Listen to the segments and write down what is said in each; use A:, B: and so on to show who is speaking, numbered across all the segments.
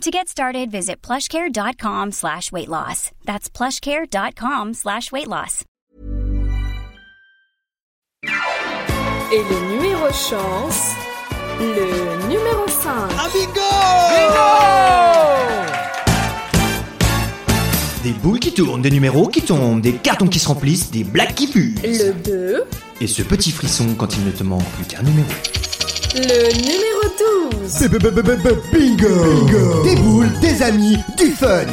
A: To get started, visit plushcare.com slash weight loss. That's plushcare.com slash weight loss.
B: Et le numéro chance, le numéro 5.
C: Ah, bingo
D: Des boules qui tournent, des numéros qui tombent, des cartons qui se remplissent, des blagues qui puent.
B: Le 2,
D: Et ce petit frisson quand il ne te manque plus qu'un numéro.
B: le numéro 12,
E: Bingo Des boules, des amis, du fun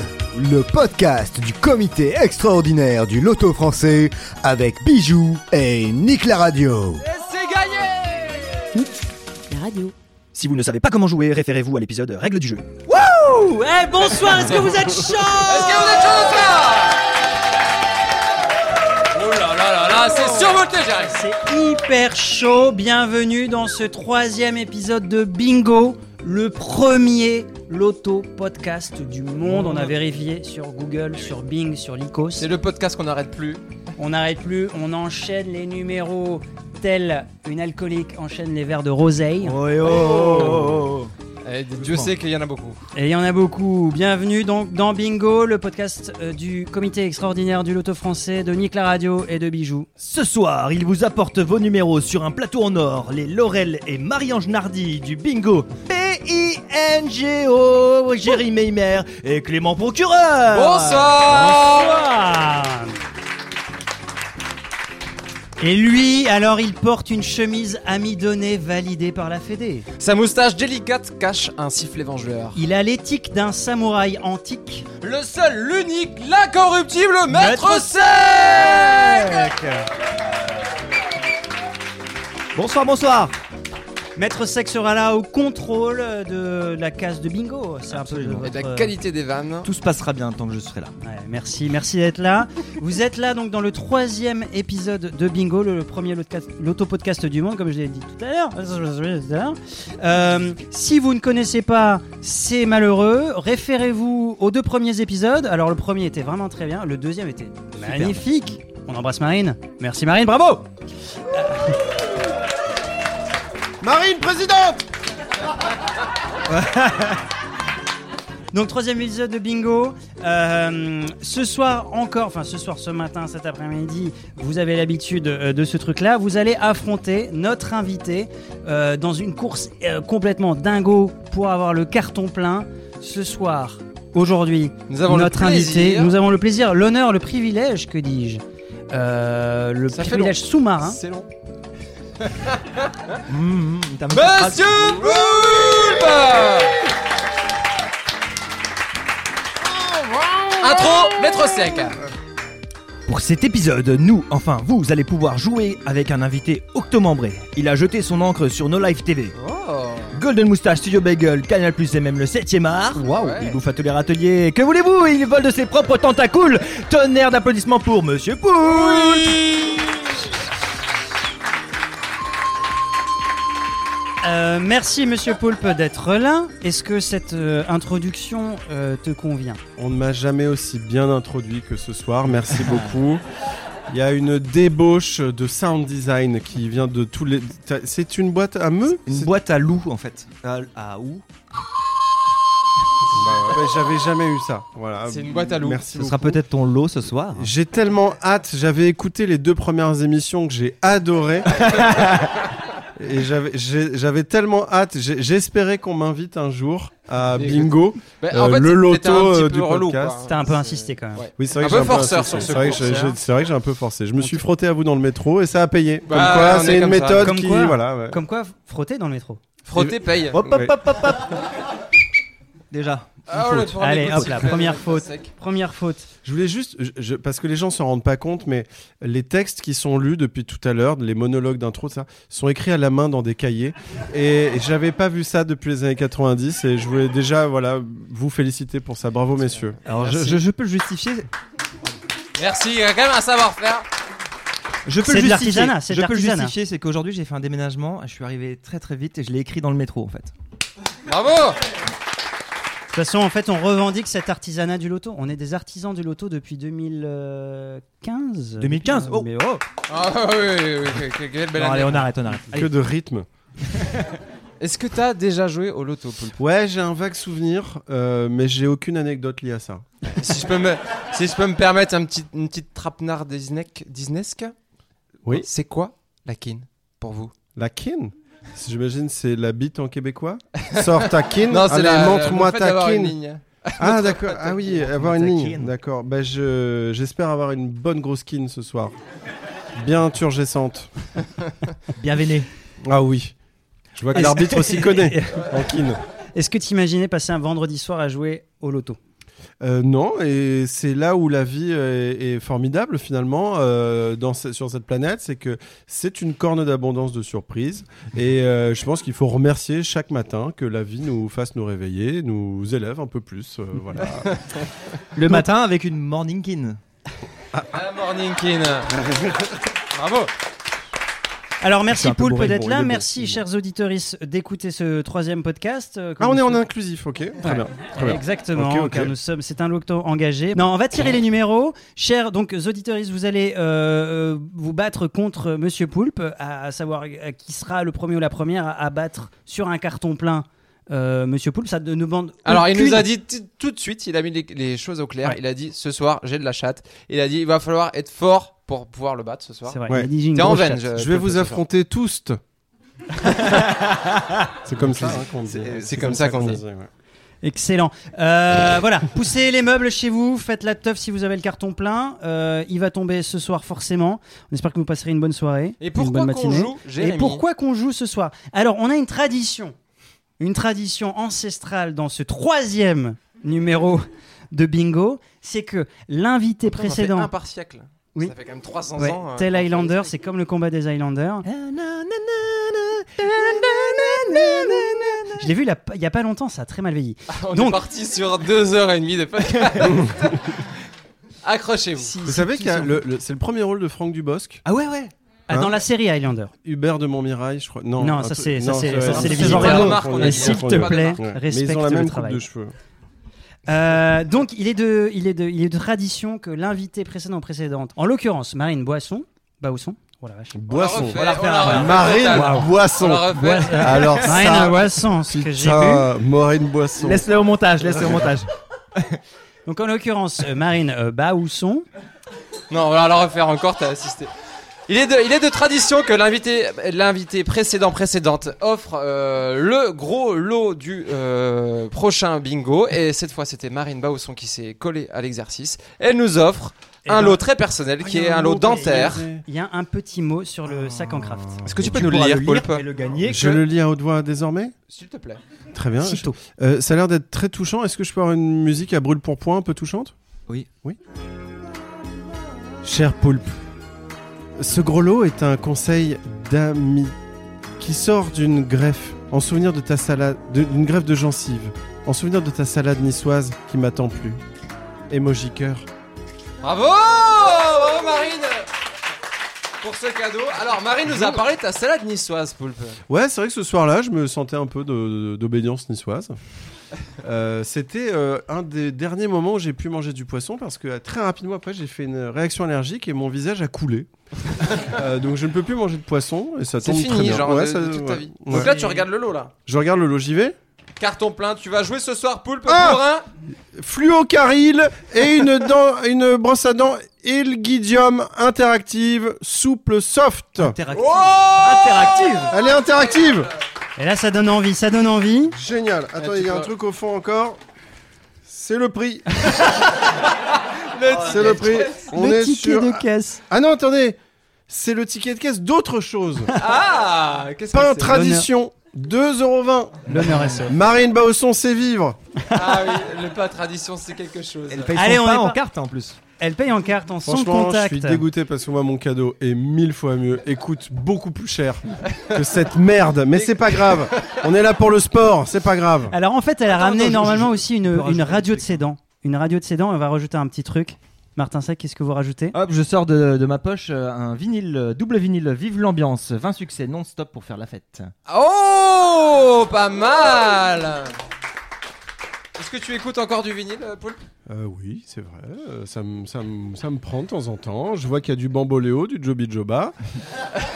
E: Le podcast du comité extraordinaire du loto français avec Bijou et Nick la radio.
F: La radio.
D: Si vous ne savez pas comment jouer, référez-vous à l'épisode Règles du jeu.
C: Eh bonsoir, est-ce que vous êtes chaud Est-ce que vous êtes
G: Oh là là là là, c'est survolté, Jacques
C: C'est hyper chaud, bienvenue dans ce troisième épisode de Bingo, le premier loto podcast du monde. On a vérifié sur Google, sur Bing, sur Lycos.
G: C'est le podcast qu'on n'arrête plus.
C: On n'arrête plus, on enchaîne les numéros tel une alcoolique enchaîne les verres de roseille.
G: Oh. Et Dieu sait qu'il y en a beaucoup.
C: Et il y en a beaucoup. Bienvenue donc dans Bingo, le podcast euh, du comité extraordinaire du loto français de Nick la radio et de Bijoux.
H: Ce soir, il vous apporte vos numéros sur un plateau en or, les Laurel et Marie-Ange Nardi du bingo B-I-N-G-O, Jerry Meimer et Clément Procureur.
G: Ah. Bonsoir
C: Bonsoir. Et lui, alors il porte une chemise amidonnée validée par la Fédé.
G: Sa moustache délicate cache un sifflet vengeur.
C: Il a l'éthique d'un samouraï antique.
G: Le seul, l'unique, l'incorruptible Maître
C: Maître
G: Sec
H: Bonsoir, bonsoir.
C: Maître Sec sera là au contrôle de la case de bingo. C'est un peu
H: Absolument.
C: votre-
G: Et de la qualité des vannes.
H: Tout se passera bien tant que je serai là.
C: Ouais, merci, merci d'être là. Vous êtes là donc dans le troisième épisode de Bingo, le, le premier lotca- l'auto-podcast du monde, comme je l'ai dit tout à l'heure. Euh, si vous ne connaissez pas, c'est malheureux. Référez-vous aux deux premiers épisodes. Alors le premier était vraiment très bien, le deuxième était magnifique. On embrasse Marine. Merci Marine, bravo
H: Marine, présidente
C: Donc troisième épisode de Bingo. Euh, ce soir encore, enfin ce soir, ce matin, cet après-midi, vous avez l'habitude euh, de ce truc-là. Vous allez affronter notre invité euh, dans une course euh, complètement dingo pour avoir le carton plein ce soir. Aujourd'hui,
G: Nous avons
C: euh, notre
G: le
C: invité,
G: plaisir.
C: nous avons le plaisir, l'honneur, le privilège, que dis-je Euh, Le
G: Ça fait
C: privilège sous-marin.
G: C'est long.
D: Mmh,
H: t'as même pas de phrase.
G: Monsieur Poulpe Oh, Intro, Maître Sec
H: Pour cet épisode, nous, enfin vous, allez pouvoir jouer avec un invité octomembré. Il a jeté son encre sur No Life TV.
G: Oh
H: Golden Moustache, Studio Bagel, Canal Plus et même le 7ème art. Waouh,
G: Ouais.
H: il bouffe à tous les râteliers. Que voulez-vous Il vole de ses propres tentacules. Tonnerre d'applaudissements pour Monsieur Poule.
C: Euh, merci Monsieur Poulpe d'être là. Est-ce que cette euh, introduction euh, te convient
I: On ne m'a jamais aussi bien introduit que ce soir, merci beaucoup. Il y a une débauche de sound design qui vient de tous les. t'as- C'est une boîte à meux
H: Une boîte à loup en fait. À, à où
I: Ouais, J'avais jamais eu ça. Voilà.
G: C'est une boîte à loups.
I: Merci
H: Ce sera
I: beaucoup.
H: peut-être ton lot ce soir.
I: J'ai tellement hâte. J'avais écouté les deux premières émissions que j'ai adoré. Et j'avais- j'ai- j'avais tellement hâte. J'ai- J'espérais qu'on m'invite un jour à
G: Et-
I: bingo.
G: Bah,
I: Euh, le
G: c'est-
I: loto,
G: c'était un petit
I: euh,
G: peu
I: du
G: relou,
I: podcast.
G: quoi.
C: T'as un peu insisté quand même.
G: Ouais.
I: Oui, c'est
G: Un
I: vrai que
G: peu
I: j'ai
G: forceur
I: insisté.
G: sur ce
I: C'est vrai que
G: cours,
I: j'ai-
G: c'est vrai.
I: j'ai- C'est vrai que j'ai un peu forcé. Je me suis frotté à vous dans le métro et ça a payé. Comme
G: Bah,
I: quoi,
G: on est
I: c'est une
G: comme ça.
I: méthode
C: Comme
I: qui
C: quoi.
I: voilà. ouais.
C: Comme quoi, frotter dans le métro.
G: Frotter paye.
H: Hop hop
I: Ouais.
H: hop hop hop. Déjà.
G: Ah,
H: une
G: le
H: faute.
G: premier
C: Allez,
G: coup
C: hop
G: de
C: là,
G: sifflet,
C: première
G: Maître
C: faute.
G: euh, Sec.
C: Première faute.
I: Je voulais juste, je- je- parce que les gens s'en rendent pas compte, mais les textes qui sont lus depuis tout à l'heure, les monologues d'intro, ça, sont écrits à la main dans des cahiers. Et j'avais pas vu ça depuis les années 90. Et je voulais déjà, voilà, vous féliciter pour ça. Bravo, messieurs.
H: Alors je, je- je peux le justifier.
G: Merci, il y a quand même un savoir-faire.
H: Je peux
C: C'est
H: le
C: de
H: justifier.
C: l'artisanat, c'est de
H: Je peux le
C: l'artisanat.
H: justifier, c'est qu'aujourd'hui j'ai fait un déménagement, je suis arrivé très très vite et je l'ai écrit dans le métro en fait.
G: Bravo
C: toute façon, en fait, on revendique cet artisanat du loto. On est des artisans du loto depuis 2015.
H: 2015. Oh.
C: Mais oh.
G: Ah oui, oui, oui, que- que- quelle belle
H: Non, allez,
G: année.
H: on arrête, on arrête. Allez.
I: Que de rythme.
G: Est-ce que t'as déjà joué au loto, Poulpe
I: Ouais, j'ai un vague souvenir, euh, mais j'ai aucune anecdote liée à ça.
G: si, je peux me, si je peux me permettre un petit, une petite trapenard disnec- disnesque
I: Oui.
G: C'est quoi la kin pour vous
I: La kin J'imagine c'est la bite en québécois. Sors ta kin. Allez,
G: Ah, la-
I: montre-moi
G: le fait d'avoir
I: ta
G: une
I: kin.
G: ligne.
I: Ah d'accord. Ah oui, avoir une
H: ta
I: ligne.
H: kin.
I: D'accord. Bah, je j'espère avoir une bonne grosse kin ce soir. Bien turgescente.
H: Bienvenue.
I: Ah oui. Je vois que
C: Est-ce-
I: l'arbitre s'y connaît en kin.
C: Est-ce que tu imaginais passer un vendredi soir à jouer au loto
I: Euh, non, et c'est là où la vie est, est formidable finalement euh, dans ce- sur cette planète, c'est que c'est une corne d'abondance de surprises. Et euh, je pense qu'il faut remercier chaque matin que la vie nous fasse nous réveiller, nous élève un peu plus. euh, voilà.
H: Le matin avec une morningkin.
G: Un Ah, morning kin. Bravo
C: Alors
H: C'est
C: merci
H: un peu
C: Poulpe
H: bourré,
C: d'être
H: bon,
C: là,
H: il est bon, il
C: merci
H: est bon.
C: chers auditeurs d'écouter ce troisième podcast. euh,
I: Ah,
C: comme
I: on est en
C: nous-
I: inclusif, ok Très bien. Très bien.
C: Exactement,
I: Ok, ok.
C: car nous sommes, c'est un loto engagé. Non, on va tirer les numéros. Chers donc auditeurs, vous allez euh, euh, vous battre contre euh, Monsieur Poulpe, à, à savoir euh, qui sera le premier ou la première à, à battre sur un carton plein euh, Monsieur Poulpe. Ça ne nous demande.
G: Alors, il nous a
C: aucune-
G: dit t- tout de suite, il a mis les, les choses au clair.
C: Ouais.
G: Il a dit ce soir, j'ai de la chatte. Il a dit il va falloir être fort pour pouvoir le battre ce soir.
C: C'est vrai.
I: Ouais.
C: il a dit, j'ai une
G: T'es en
C: grosse
G: veine,
C: chatte.
I: Je vais vous affronter tous. c'est comme ça. hein, qu'on dit.
G: C'est- c'est comme ça qu'on dit.
I: ouais.
C: Excellent. Euh, voilà, poussez les meubles chez vous, faites la teuf si vous avez le carton plein. Euh, il va tomber ce soir forcément. On espère que vous passerez une bonne soirée,
G: Et
C: une bonne
G: pourquoi qu'on
C: matinée.
G: joue
C: Et
G: Jérémy
C: pourquoi qu'on joue ce soir Alors, on a une tradition, une tradition ancestrale dans ce troisième numéro de bingo, c'est que l'invité
G: Attends, ça fait
C: précédent,
G: Un par siècle.
C: Oui.
G: Ça fait quand même 300
C: ouais,
G: ans. euh,
C: tel
G: qu'on fait
C: Highlander,
G: les
C: c'est comme le combat des Highlanders. Je l'ai vu là, il y a pas longtemps, ça a très mal vieilli.
G: trucs. On
C: Donc-
G: est parti sur 2h30 de podcast. Accrochez-vous.
I: Vous savez qu'il y a le- le- c'est le premier rôle de Franck Dubosc,
H: Ah ouais ouais.
C: Ah,
G: Hein
C: dans la série Highlander.
I: Hubert de Montmirail, je crois. Non,
C: Non,
I: un
C: ça
I: peu-
C: c'est ça
I: non,
C: c'est ça, c'est les
G: c'est
C: visions
G: pas
C: réelles.
G: la marque, on a
C: Et
G: dit,
C: S'il
G: on
C: te
G: parle
C: plaît,
G: pas
I: Ouais.
C: respecte
I: Mais ils ont la même
C: le
I: coupe
C: travail.
I: de cheveux.
C: Euh, donc, il est de, il est de, il est de tradition que l'invité précédent précédente, en l'occurrence Marine Boisson, Baousson, oh la vache.
I: Boisson.
G: On la refait, on la refait.
I: Marine
G: Total. On
I: Boisson.
G: la refait.
I: Alors
C: Marine
G: euh,
I: ça,
C: Boisson, ce que j'ai vu.
I: putain, Maureen Boisson.
H: Laisse-le au montage, laisse-le au montage.
C: Donc, en l'occurrence euh, Marine euh, Baousson.
G: Non, on va la refaire encore, t'as assisté. Il est, de, il est de tradition que l'invité, l'invité précédent précédente offre euh, le gros lot du euh, prochain bingo. Et cette fois, c'était Marine Bausson qui s'est collée à l'exercice. Elle nous offre
C: Eh
G: un
C: ben,
G: lot très personnel qui
C: il y
G: est
C: a un
G: un lot
C: lot
G: dentaire.
C: Il y a un petit mot sur le sac en craft.
G: Est-ce que tu
I: Et
G: peux nous le lire, Paul
H: et le gagner.
I: Je le lis à haute voix désormais
G: S'il te plaît.
I: Très bien. Je-
C: Sitôt.
I: euh, ça a l'air d'être très touchant. Est-ce que je peux avoir une musique à brûle pour point un peu touchante
H: Oui.
I: Oui. Cher Poulpe, ce gros lot est un conseil d'amis qui sort d'une greffe en souvenir de ta salade, de- d'une greffe de gencive, en souvenir de ta salade niçoise qui m'attend plus. Emoji cœur.
G: Bravo Bravo Marine pour ce cadeau. Alors Marine nous a parlé de ta salade niçoise, Poulpe.
I: Ouais, c'est vrai que ce soir-là, je me sentais un peu de- de- d'obédience niçoise. Euh, C'était euh, un des derniers moments où j'ai pu manger du poisson parce que euh, très rapidement après, j'ai fait une réaction allergique et mon visage a coulé. Euh, donc je ne peux plus manger de poisson et ça
G: C'est
I: tombe très
G: fini,
I: bien.
G: genre,
I: Ouais,
G: de-
I: ça-
G: de toute ta
I: ouais.
G: vie.
I: Ouais.
G: Donc là, tu regardes le lot, là.
I: Je regarde le lot, j'y vais.
G: Carton plein, tu vas jouer ce soir, Poulpe,
I: Ah
G: pour un...
I: Fluocaril et une, dent, une brosse à dents Elgidium interactive souple soft.
H: Interactive.
I: Elle est interactive.
C: Et là, ça donne envie, ça donne envie.
I: Génial.
G: tu
C: Eh,
I: Attendez, il y a un
G: peux-
I: truc au fond encore. C'est le prix.
G: Le
I: C'est le prix. On
C: le
I: est
C: ticket
I: sur.
C: de caisse.
I: Ah non, attendez. C'est le ticket de caisse d'autre chose.
G: Ah Qu'est-ce que
I: Pain
G: c'est
I: tradition. 2,20€.
C: L'honneur est sauvé.
I: Marine Bausson sait vivre.
G: Ah oui, le pas tradition, c'est quelque chose.
H: Elle paye
C: Allez,
H: son
C: on
H: pain
C: est
H: en
C: pas-
H: carte en plus.
C: Elle paye en carte, en sans
I: Franchement,
C: contact.
I: je suis dégoûté parce que moi, mon cadeau est mille fois mieux et coûte beaucoup plus cher que cette merde. Mais c'est pas grave. On est là pour le sport. C'est pas grave.
C: Alors en fait, elle a
H: Attends,
C: ramené
H: attends, je-
C: normalement
H: je-
C: aussi une,
H: peux rajouter
C: une
H: un
C: radio de
H: truc.
C: ses dents. Une radio de ses dents, elle va rajouter un petit truc. Martin Sac, qu'est-ce que vous rajoutez
H: Hop, je sors de, de ma poche euh, un vinyle, euh, double vinyle, vive l'ambiance, 20 succès non-stop pour faire la fête.
G: Oh, pas mal Est-ce que tu écoutes encore du vinyle, euh, Poulpe
I: Euh, oui, c'est vrai. Euh, ça, me- ça, me- ça me prend de temps en temps. Je vois qu'il y a du bamboléo, du Joby Joba.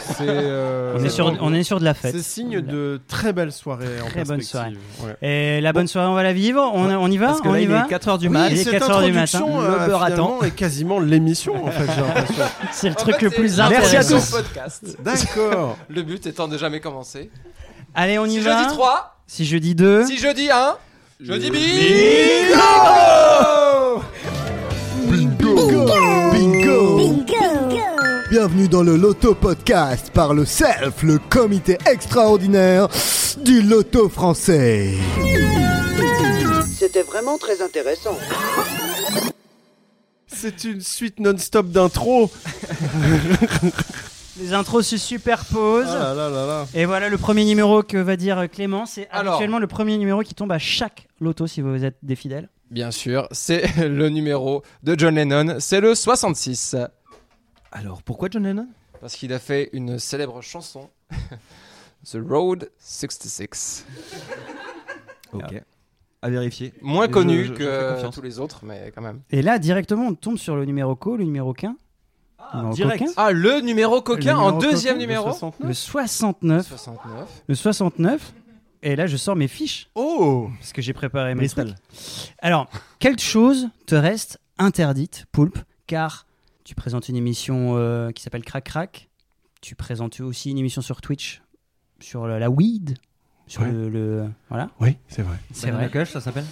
I: c'est, euh,
C: on, est sur, on est sur de la fête.
I: C'est signe de très belle soirée en
C: Très bonne
I: perspective.
C: soirée.
I: Ouais.
C: Et la bonne soirée, on va la vivre. On, on y va
H: Parce que
C: On
H: là,
C: y
H: il
C: va
H: est 4h du
C: Oui,
H: mat.
C: il est
I: Bah, cette
C: 4 heures du
I: introduction,
H: matin.
I: euh,
H: Le beurre
I: finalement, est quasiment l'émission, en fait, j'ai l'impression.
C: C'est le
G: En
C: truc
G: fait,
C: le
G: c'est-
C: plus
H: Merci à
C: intéressant.
H: tous.
G: Podcast.
I: D'accord.
G: Le but étant de jamais commencer.
C: Allez, on y
G: si
C: va. Hein
G: jeudi 3,
C: Si jeudi 2.
G: si jeudi 1, jeudi bi
I: Bingo
E: Bingo Bingo
A: Bingo!
E: Bienvenue dans le Loto Podcast par le SELF, le comité extraordinaire du Loto français.
F: C'était vraiment très intéressant.
I: C'est une suite non-stop d'intro.
C: Les intros se superposent.
I: Ah là là là là.
C: Et voilà le premier numéro que va dire Clément. C'est
G: Alors.
C: habituellement le premier numéro qui tombe à chaque loto si vous êtes des fidèles.
G: Bien sûr, c'est le numéro de John Lennon, c'est le 66.
H: Alors, pourquoi John Lennon
G: Parce qu'il a fait une célèbre chanson, The Road 66.
H: Ok. Ah. À vérifier.
G: Moins
H: Je-
G: connue
H: je- je fais
G: que
H: confiance.
G: tous les autres, mais quand même.
C: Et là, directement, on tombe sur le numéro co, le numéro quin. Numéro
H: direct.
C: coquin.
G: Ah, le numéro coquin
C: Le
G: en
C: numéro
G: deuxième
C: coquin,
G: numéro
C: Le 69.
G: 69.
C: Le 69. Et là, je sors mes fiches.
I: Oh
C: Parce que j'ai préparé mes
H: Bristol.
C: trucs. Alors, quelque chose te reste interdite, Poulpe, car tu présentes une émission euh, qui s'appelle Crac Crac. Tu présentes aussi une émission sur Twitch, sur la, la weed. Sur
I: Ouais.
C: le, le- Voilà,
I: Oui, c'est vrai.
C: c'est vrai.
H: Coche, ça s'appelle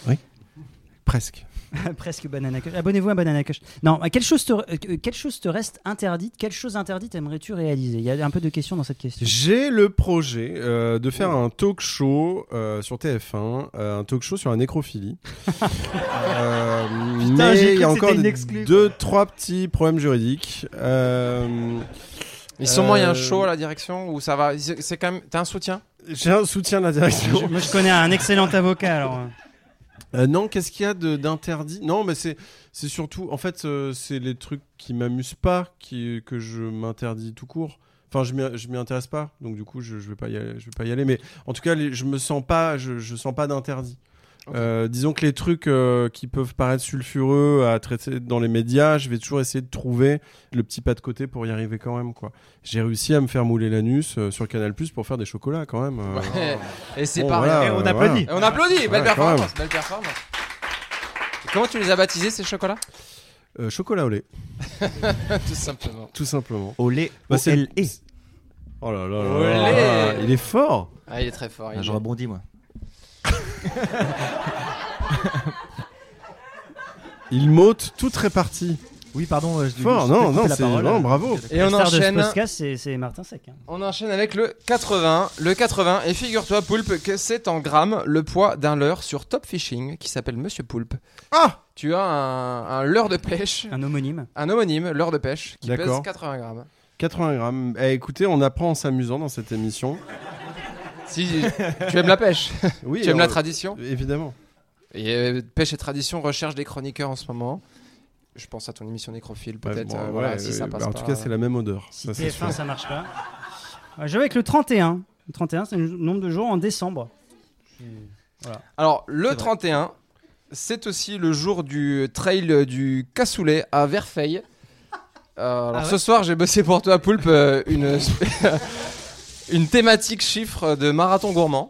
I: Presque.
C: Presque Banana Cush. Abonnez-vous à Banana Cush. Non, à quelle chose, te, euh, quelle chose te reste interdite Quelle chose interdite aimerais-tu réaliser Il y a un peu de questions dans cette question.
I: J'ai le projet euh, de faire un talk show euh, sur TF1, euh, un talk show sur la nécrophilie. Euh,
H: Putain, j'ai cru
I: mais il y a
H: que c'était
I: encore
H: une
I: des-
H: exclue,
I: deux, trois petits problèmes juridiques. Euh,
G: Ils sont moyens
I: Euh,
G: chaud à la direction ou ça va C'est c'est quand même. T'as un soutien
I: J'ai un soutien de la direction.
C: Je- moi, je connais un excellent avocat, alors. euh,
I: Euh, non, qu'est-ce qu'il y a de- d'interdit Non, mais c'est c'est surtout en fait euh, c'est les trucs qui m'amusent pas qui que je m'interdis tout court. Enfin, je m'y- je m'y intéresse pas, donc du coup je, je vais pas y aller, je vais pas y aller. Mais en tout cas, les- je me sens pas, je, je sens pas d'interdit.
G: Ok.
I: Euh, disons que les trucs euh, qui peuvent paraître sulfureux à traiter dans les médias, je vais toujours essayer de trouver le petit pas de côté pour y arriver quand même. quoi. J'ai réussi à me faire mouler l'anus euh, sur Canal Plus pour faire des chocolats quand même. euh.
G: Ouais. Et c'est
I: Bon,
G: pareil.
I: voilà,
H: Et on
I: euh,
H: applaudit.
G: Et on applaudit Belle
I: Ouais, quand
G: performance Belle performance Et Comment tu les as baptisés ces chocolats
I: voilà. Euh, chocolat au lait,
G: Tout simplement.
I: tout simplement.
H: Au lait.
I: Bah,
H: Au
I: c'est-
H: L E.
I: Oh là là là
G: Olé
I: là, Il est fort
G: Ah, il est très fort. il
H: Ah, Je
G: est-
H: rebondis, moi.
I: Il m'ôte toute répartie.
H: Oui, pardon, euh, je je
I: Fort,
H: me suis
I: non,
H: coupé
I: non,
H: la
I: c'est
H: parole.
I: non, bravo.
G: Et
C: la
G: on
C: star
G: enchaîne,
C: de ce podcast, c'est- c'est Martin Sec. hein.
G: on enchaîne avec le 80. Le 80, et figure-toi, Poulpe, que c'est en grammes le poids d'un leurre sur Top Fishing qui s'appelle Monsieur Poulpe.
I: Ah
G: Tu as un, un leurre de pêche,
C: Un homonyme.
G: un homonyme, leurre de pêche, qui pèse
I: D'accord.
G: 80 grammes.
I: 80 grammes. Eh, écoutez, on apprend en s'amusant dans cette émission.
G: Si, tu aimes la pêche
I: Oui,
G: Tu aimes la
I: on-
G: tradition
I: Évidemment.
G: Et euh, Pêche et Tradition recherche des chroniqueurs en ce moment. Je pense à ton émission Nécrophile,
I: Ouais,
G: peut-être.
I: bon,
G: euh,
I: ouais,
G: voilà, si
I: euh,
G: ça
I: bah,
G: passe
I: en tout cas, c'est la même odeur.
C: Si
I: ça, c'est
C: TF1,
I: sûr.
C: ça marche pas. Ouais, je vais avec le 31. Le 31, c'est le nombre de jours en décembre.
G: Alors, le 31, c'est aussi le jour du trail du Cassoulet à Verfeil. Euh,
I: Ah
G: alors, ce soir, j'ai bossé pour toi, Poulpe, euh, une, une thématique chiffre de marathon gourmand.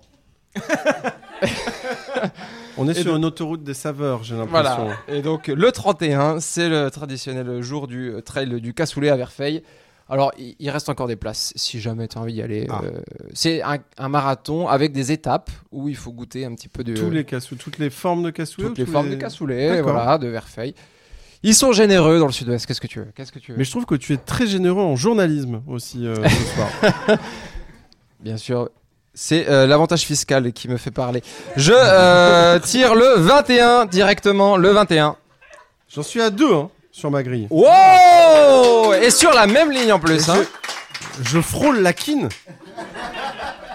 I: On est
H: Eh
G: Et
I: sur
H: ben.
I: une autoroute des saveurs, j'ai l'impression.
G: Voilà. Et donc le 31, c'est le traditionnel jour du euh, trail du Cassoulet à Verfeil. Alors il il reste encore des places si jamais tu as envie d'y aller.
I: Ah.
G: Euh, c'est un, un marathon avec des étapes où il faut goûter un petit peu de
I: Tous les cassous, toutes les formes de cassoulet.
G: Euh, toutes
I: ou
G: les
I: tous
G: formes de cassoulet,
I: D'accord.
G: voilà, de Verfeil. Ils sont généreux dans le sud-ouest. Qu'est-ce que tu veux Qu'est-ce que tu veux
I: Mais je trouve que tu es très généreux en journalisme aussi euh, ce soir.
G: Bien sûr. C'est euh, l'avantage fiscal qui me fait parler. Je euh, tire le 21 directement, le 21.
I: J'en suis à deux hein, sur ma grille.
G: Wow Et sur la même ligne en plus. hein.
I: Je frôle la quine.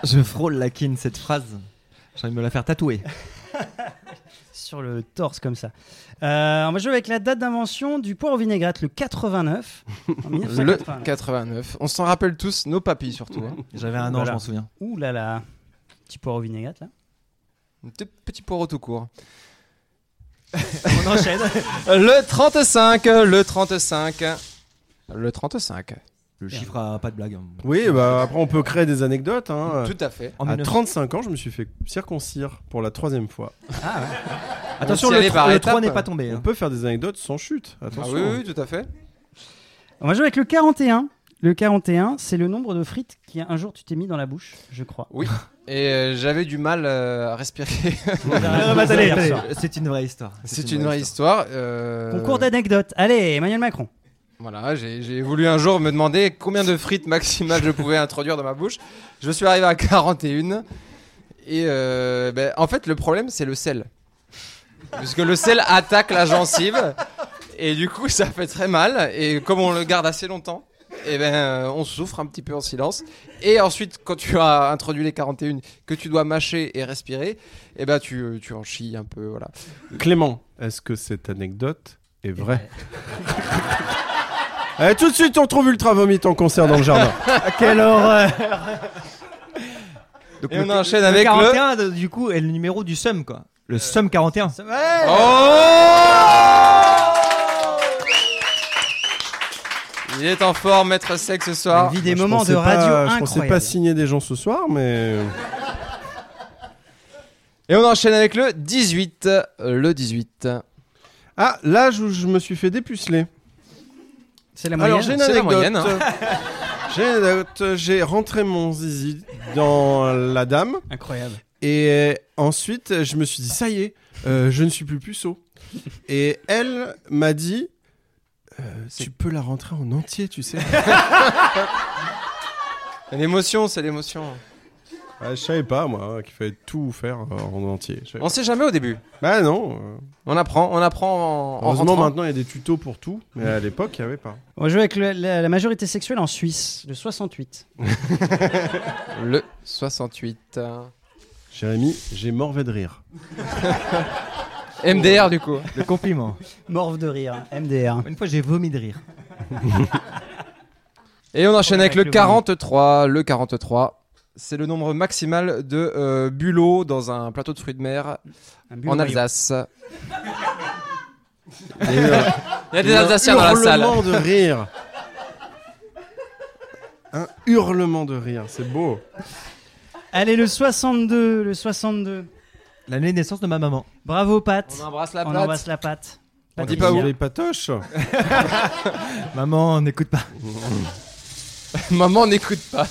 H: Je frôle la quine, cette phrase. J'ai envie de me la faire tatouer.
C: sur le torse comme ça. Euh, on va jouer avec la date d'invention du poire aux vinaigrettes, le 89. en
G: Le
C: 1989.
G: 89. On s'en rappelle tous, nos papis surtout. hein.
H: J'avais un an,
C: Voilà.
H: je m'en souviens.
C: Ouh là là, petit poire aux vinaigrettes là.
G: Un petit- Petit poireau tout court.
C: On enchaîne.
G: Le 35, le 35. Le 35.
H: Le chiffre a pas de blague. hein.
I: Oui, bah après on peut créer des anecdotes. Hein.
G: Tout à fait.
H: En
I: à
H: 1900.
I: 35 ans, je me suis fait circoncire pour la troisième fois.
H: Attention,
G: si
H: le,
G: elle est par
H: 3
G: étapes.
H: n'est pas tombé.
I: On
H: hein.
I: peut faire des anecdotes sans chute.
G: Ah
I: Attention.
G: oui, oui, tout à fait.
C: On va jouer avec le 41. Le 41, c'est le nombre de frites qui un jour tu t'es mis dans la bouche, je crois.
G: Et euh, j'avais du mal euh, à respirer.
H: Ah, bah, attendez,
C: Hier
H: attendez.
C: soir.
H: C'est une vraie histoire.
G: C'est une vraie histoire. euh,
C: Concours d'anecdotes. Allez, Emmanuel Macron.
G: Voilà, j'ai j'ai voulu un jour me demander combien de frites maximales je pouvais introduire dans ma bouche. Je suis arrivé à 41. Et euh, ben, en fait, le problème, c'est le sel. Puisque le sel attaque la gencive. Et du coup, ça fait très mal. Et comme on le garde assez longtemps, eh ben, euh, on souffre un petit peu en silence. Et ensuite, quand tu as introduit les 41, que tu dois mâcher et respirer, eh ben, tu, tu en chies un peu. Voilà.
I: Clément, est-ce que cette anecdote est vraie
C: Eh
I: Allez, tout de suite, on trouve Ultra Vomit en concert dans le jardin.
H: Quelle
C: euh,
H: horreur
G: Et on enchaîne avec le...
H: 41, de- du coup, est le numéro du SUM, quoi. Le
C: Euh,
H: SUM 41.
G: Oh Il est en forme, maître sec ce soir.
C: Elle vit des
I: Je
C: moments
I: pensais
C: de
I: pas-
C: radio
I: Je pensais pas
C: incroyables.
I: signer des gens ce soir, mais
G: Et on enchaîne avec le 18. euh, Le 18.
I: ah là, je, je me suis fait dépuceler.
C: C'est la
I: Alors
C: moyenne.
I: j'ai une
G: c'est la
I: anecdote.
G: moyenne, hein.
I: J'ai une anecdote. J'ai rentré mon zizi dans la dame
C: Incroyable.
I: et euh, ensuite je me suis dit ça y est, euh, je ne suis plus puceau. Et elle m'a dit euh, tu peux la rentrer en entier, tu sais.
G: L'émotion, c'est l'émotion.
I: Ah, je savais pas moi qu'il fallait tout faire euh, en entier. Je savais
G: On sait jamais au début.
I: pas. Bah non. euh,
G: On apprend, on apprend en, en
I: Heureusement
G: rentrant.
I: maintenant il y a des tutos pour tout, mais à l'époque il y avait pas.
C: On va jouer avec le- la, la majorité sexuelle en Suisse, le 68.
G: Le 68. hein.
I: Jérémy, j'ai morvé de rire.
G: MDR du coup.
H: Le compliment.
C: Morve de rire, MDR.
H: Une fois, j'ai vomi de rire.
G: Et on enchaîne avec
C: Avec
G: le
C: le
G: 43. Le 43. C'est le nombre maximal de euh, bulots dans un plateau de fruits de mer
C: Un bulot
G: en
C: royal.
G: Alsace.
I: Et, euh,
G: Il y a des Alsaciens dans la salle.
I: hurlement de rire. Un hurlement de rire, c'est beau.
C: Allez, le 62, le 62.
H: L'année de naissance de ma maman.
C: Bravo, Pat.
G: On embrasse la
C: On
G: plate.
C: embrasse la patte.
G: On
C: Pat
G: dit pas
C: Villa.
G: où.
I: Les patoches.
H: Maman, n'écoute pas.
G: Maman n'écoute pas.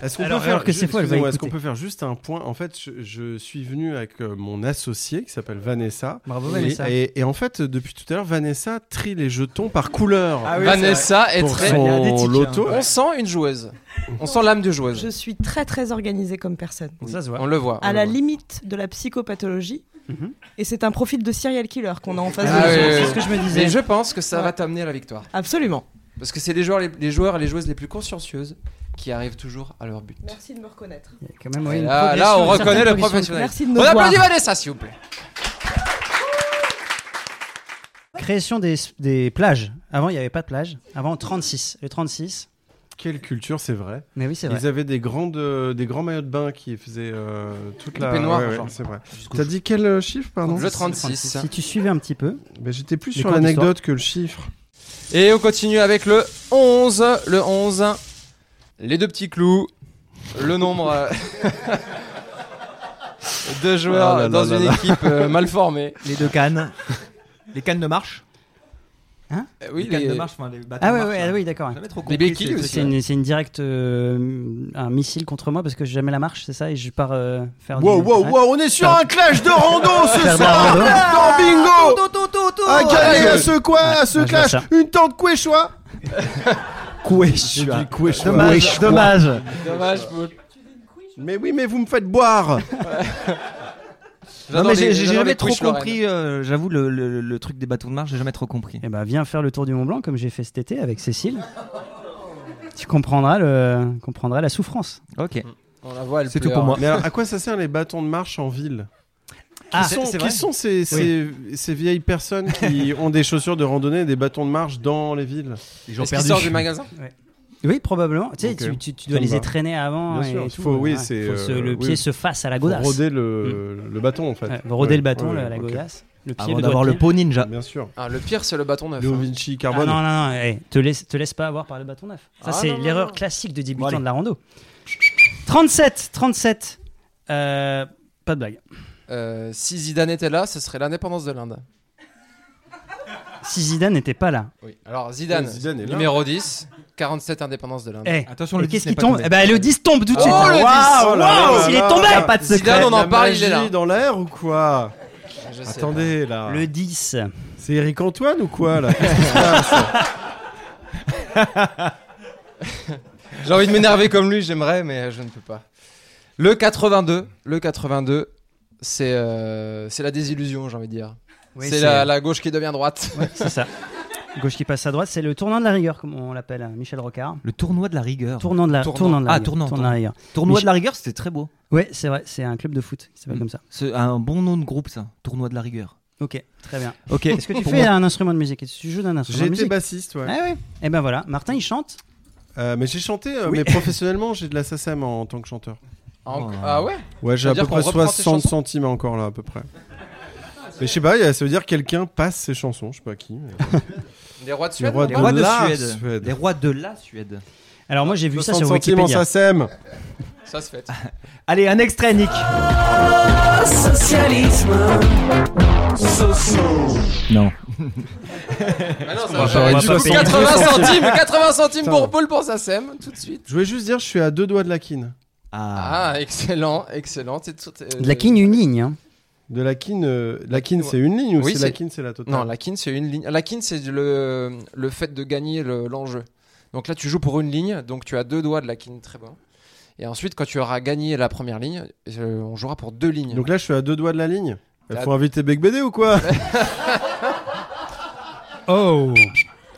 I: Est-ce qu'on
C: Alors, alors que
I: ju-
C: c'est faux, elle va
I: excusez-moi, est-ce
C: écouter.
I: qu'on peut faire juste un point En fait, je, je suis venu avec euh, mon associé qui s'appelle Vanessa.
C: Bravo,
I: Et-
C: Vanessa.
I: Et, et en fait, depuis tout à l'heure, Vanessa trie les jetons par couleur.
C: Ah.
G: Vanessa est
I: pour
G: très.
H: Il y a des tics,
I: son
H: hein.
I: loto.
G: On sent une joueuse. On sent l'âme de joueuse.
F: Je suis très très organisée comme personne,
C: Ça se
G: On
C: voit.
G: le voit. on
F: à
G: le
F: la
G: voit.
F: limite de la psychopathologie.
C: Mhm.
F: Et c'est un profil de serial killer qu'on a en face
G: Ah
F: de
G: oui,
F: nous.
G: oui,
C: C'est
G: oui.
C: ce que je me disais.
G: Mais je pense que ça
F: Ouais.
G: va t'amener à la victoire.
F: Absolument.
G: Parce que c'est les joueurs, les, les joueurs et les joueuses les plus consciencieuses qui arrivent toujours à leur but.
F: Merci de me reconnaître.
C: Il y a quand même, oui,
G: Et
C: une
G: là, Ah, là,
C: progression,
G: on
C: une certaine
G: reconnaît le
C: progression.
G: professionnel.
F: Merci de nous
G: On
F: voir.
G: applaudit Vanessa, s'il vous plaît.
C: Création des, des plages. Avant, il n'y avait pas de plage. Avant, 36. Le 36.
I: Quelle culture, c'est vrai.
C: Mais oui, c'est vrai.
I: Ils avaient des, grandes, euh, des grands maillots de bain qui faisaient euh, toute
G: Des
I: la.
G: peignoirs,
I: ouais, ouais,
G: genre.
I: c'est vrai. T'as dit quel euh, chiffre, pardon
G: Le 36.
C: Si tu suivais un petit peu.
I: Ben, J'étais plus
C: Les
I: sur
C: cours
I: l'anecdote que le chiffre.
G: Et on continue avec le 11. Le 11. Les deux petits clous. Le nombre euh, de joueurs
I: Ah là là
G: dans
I: là
G: une
I: là.
G: équipe euh, mal formée.
H: Les deux cannes. les cannes de marche.
G: Euh, oui,
H: les cannes
G: les-
H: de marche, enfin, les bâtons
C: Ah
H: de
C: ouais,
H: marche, hein.
C: ouais,
H: là.
C: ah oui, d'accord.
H: Jamais trop
G: Des
H: compris,
G: béquilles
H: c'est-
G: aussi.
H: c'est
C: C'est une, c'est une directe, euh, un missile contre moi parce que j'ai jamais la marche, c'est ça, et je pars euh, faire.
I: Wow,
C: du-
I: wow,
C: Ouais.
I: wow, on est sur un clash de rando ce
C: Faire de la
I: soir
C: rando.
I: Dans bingo Un carré à ce quoi, à ce
C: Ouais, je vois
I: clash
C: ça.
I: Une tente quechua
H: Quechua.
I: Quechua.
H: Dommage, dommage.
G: Dommage pour-
I: Mais oui, mais vous me faites boire
H: Non,
G: J'adore
H: mais
G: les-
H: j'ai j'ai
G: j'adore
H: jamais
G: les
H: trop
G: couches lorraines.
H: compris, euh, j'avoue, le, le- le truc des bâtons de marche, j'ai jamais trop compris.
C: Eh ben, viens faire le tour du Mont Blanc comme j'ai fait cet été avec Cécile. tu comprendras, le, comprendras la souffrance.
H: Ok.
G: On la voit, elle
H: C'est tout
G: pleure.
H: pour moi.
I: Mais alors, à quoi ça sert les bâtons de marche en ville
C: Ah,
I: sont,
G: c'est
I: qui
G: vrai
I: sont ces, ces- ces vieilles personnes qui ont des chaussures de randonnée et des bâtons de marche dans les villes
H: Ils
G: Est-ce qu'ils sortent du magasin
C: Oui, probablement. Tu sais,
I: Ok.
C: tu, tu- tu
I: Ça
C: dois
I: me
C: les
I: va.
C: étraîner avant.
I: Bien sûr,
C: et
I: il
C: tout.
I: faut- oui,
C: Ouais,
I: c'est,
C: faut se-
I: euh,
C: le
I: oui.
C: pied se fasse à la
I: Pour
C: godasse. Mm.
I: roder le, le bâton en fait.
C: Ouais, roder
I: Ouais,
C: le bâton,
I: ouais,
C: la, la
I: ok.
C: godasse. Le pied,
H: Avant
C: le
H: d'avoir
C: doigt de pied.
H: le pot ninja.
I: Bien sûr.
G: Ah, Le pire, c'est le bâton neuf.
I: Léo
G: hein.
I: Vinci
C: Ah
I: Carbone.
C: non, non, non, hey, te, laisse, te laisse pas avoir par le bâton neuf. Ça,
G: Ah,
C: c'est
G: non, non,
C: l'erreur
G: non.
C: classique de débutant
H: Bon, allez.
C: de la rando. 37, 37. Euh, pas de blague.
G: Euh, si Zidane était là, ce serait l'indépendance de l'Inde.
C: Si Zidane n'était pas là.
G: Oui. Alors Zidane,
I: Ouais, Zidane est là.
G: numéro 10, 47 indépendance de l'Inde.
C: Eh,
H: Attention,
C: et
H: Oh, le
C: qu'est-ce qui
H: 10 n'est pas
C: tombe
H: tombé.
C: Eh ben, le 10 tombe tout de
G: Oh,
C: suite.
G: le
C: Waouh,
I: Oh là là
C: waouh,
I: là
C: il est
I: là.
C: tombé, il y a pas de
G: Zidane,
C: secret.
G: on en
I: La
G: parle, il est là.
I: magie dans l'air ou quoi
G: Je sais
I: Attendez là.
C: Le 10.
I: C'est Eric Antoine ou quoi là Qu'est-ce qui se
G: pas. J'ai envie de m'énerver comme lui, j'aimerais, mais je ne peux pas. Le 82, le 82, c'est euh, c'est la désillusion, j'ai envie de dire.
C: Oui,
G: c'est la, la gauche qui devient droite.
C: ouais, c'est ça. Gauche qui passe à droite, c'est le tournant de la rigueur, comme on l'appelle, hein, Michel Rocard.
H: Le tournoi de la rigueur.
C: Tournant de la,
H: Tournant.
C: tournant de la
H: Ah,
C: rigueur.
H: tournant,
C: de la rigueur.
H: Tournoi
C: Mich-
H: de la rigueur, c'était très beau.
C: Ouais, c'est vrai, c'est un club de foot qui s'appelle
H: Mm.
C: comme ça.
H: C'est un bon nom de groupe, ça. Tournoi de la rigueur.
C: Ok, très bien.
H: Ok.
C: Est-ce que tu fais un instrument de musique Est-ce que tu joues d'un instrument
I: J'ai
C: de
I: été
C: musique
I: bassiste, ouais.
C: Ah ouais. Et ben voilà, Martin il chante.
I: Euh, mais j'ai chanté, euh,
C: Oui.
I: mais professionnellement, j'ai de la SACEM en, en tant que chanteur.
G: En-
H: Oh.
G: Ah ouais
I: Ouais, j'ai à
G: veut
I: peu
G: dire qu'on
I: près
G: reprend ses
I: 60
G: chansons
I: centimes encore là, à peu près. Mais je sais pas, il y a- ça veut dire que quelqu'un passe ses chansons, je sais pas qui. mais-
G: Les rois de Suède
I: rois
G: non
I: de-
H: Les rois de
I: la
H: Suède.
I: Suède.
H: Les rois de la Suède.
C: Alors moi j'ai vu ça
I: 60
C: sur
I: centimes en
C: Wikipédia.
I: SACEM
G: Ça se fait.
H: Allez, un extrait, Nick. Non.
G: Ah non,
C: va pas-
G: ça va
C: on va
G: pas. Du
C: pas
G: coup,
C: payer
G: 80 centimes, 80 centimes
I: Putain.
G: pour Paul pour sa sème, tout de suite.
I: Je voulais juste dire, je suis à deux doigts de la quine.
H: Ah.
G: Ah, excellent, excellent. C'est tout- euh,
C: Ah, De la quigne une ligne. hein.
I: De la quine, euh, la quine c'est une ligne ou
G: Oui,
I: c'est la
G: c'est-
I: quine c'est la totale
G: Non, la kin c'est une ligne. La kin c'est le, le fait de gagner le- l'enjeu. donc là, tu joues pour une ligne, donc tu as deux doigts de la kin, très bon. Et ensuite, quand tu auras gagné la première ligne, euh, on jouera pour deux lignes.
I: Donc là, je suis à deux doigts de la ligne. Il
G: T'es
I: faut inviter Bec BD ou quoi
C: Oh,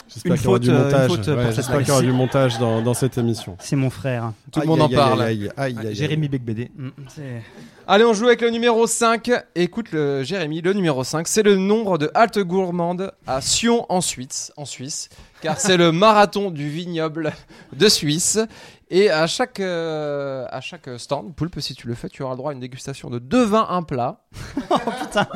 I: J'espère
H: Une
I: qu'il y aura
H: faute,
I: du
H: euh, une
I: montage.
H: faute pour
I: Ouais,
H: cette
I: J'espère qu'il y aura
H: blague.
I: du montage dans, dans cette émission.
C: c'est mon frère.
G: Tout le monde en parle.
I: Aïe, aïe, aïe, aïe.
H: Jérémy Becbédé.
C: Mm, c'est-
G: Allez, on joue avec le numéro 5. Écoute, le, Jérémy, le numéro 5, c'est le nombre de haltes gourmandes à Sion en Suisse, en Suisse car c'est le marathon du vignoble de Suisse. Et à chaque, euh, à chaque stand, Poulpe, si tu le fais, tu auras le droit à une dégustation de deux vins, un plat.
C: Putain,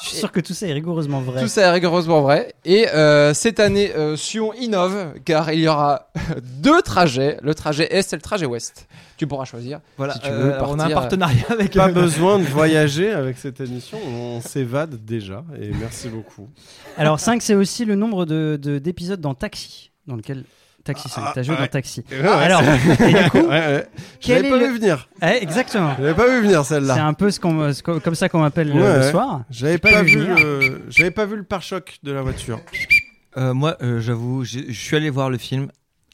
C: je suis sûr que tout ça est rigoureusement vrai.
G: Tout ça est rigoureusement vrai. Et euh, cette année, euh, Sion innove car il y aura deux trajets. Le trajet est et le trajet ouest. Tu pourras choisir.
H: Voilà,
G: Si tu veux
H: euh, on a un
G: partir,
H: partenariat avec
I: Pas
H: euh,
I: besoin de voyager avec cette émission, on s'évade déjà et merci beaucoup.
C: Alors 5 c'est aussi le nombre de de- d'épisodes dans Taxi, dans lequel Taxi 5. T'as joué
I: Ah, ouais.
C: dans Taxi.
I: Ouais, ouais,
C: Alors, et du coup,
I: ouais, ouais. Je
C: quel
I: l'avais
C: est
I: pas
C: le-
I: vu venir.
C: eh, exactement.
I: Je l'avais pas vu venir
C: C'est
I: celle-là.
C: un peu ce qu'on euh, ce qu'on- comme ça qu'on m'appelle le-
I: Ouais,
C: le
I: ouais.
C: soir.
I: J'avais
C: pas
I: pas,
C: vu
I: vu
C: venir.
I: le... j'avais pas vu le pare-choc de la voiture.
H: Euh, moi, euh, j'avoue, j'ai- je suis allé voir le film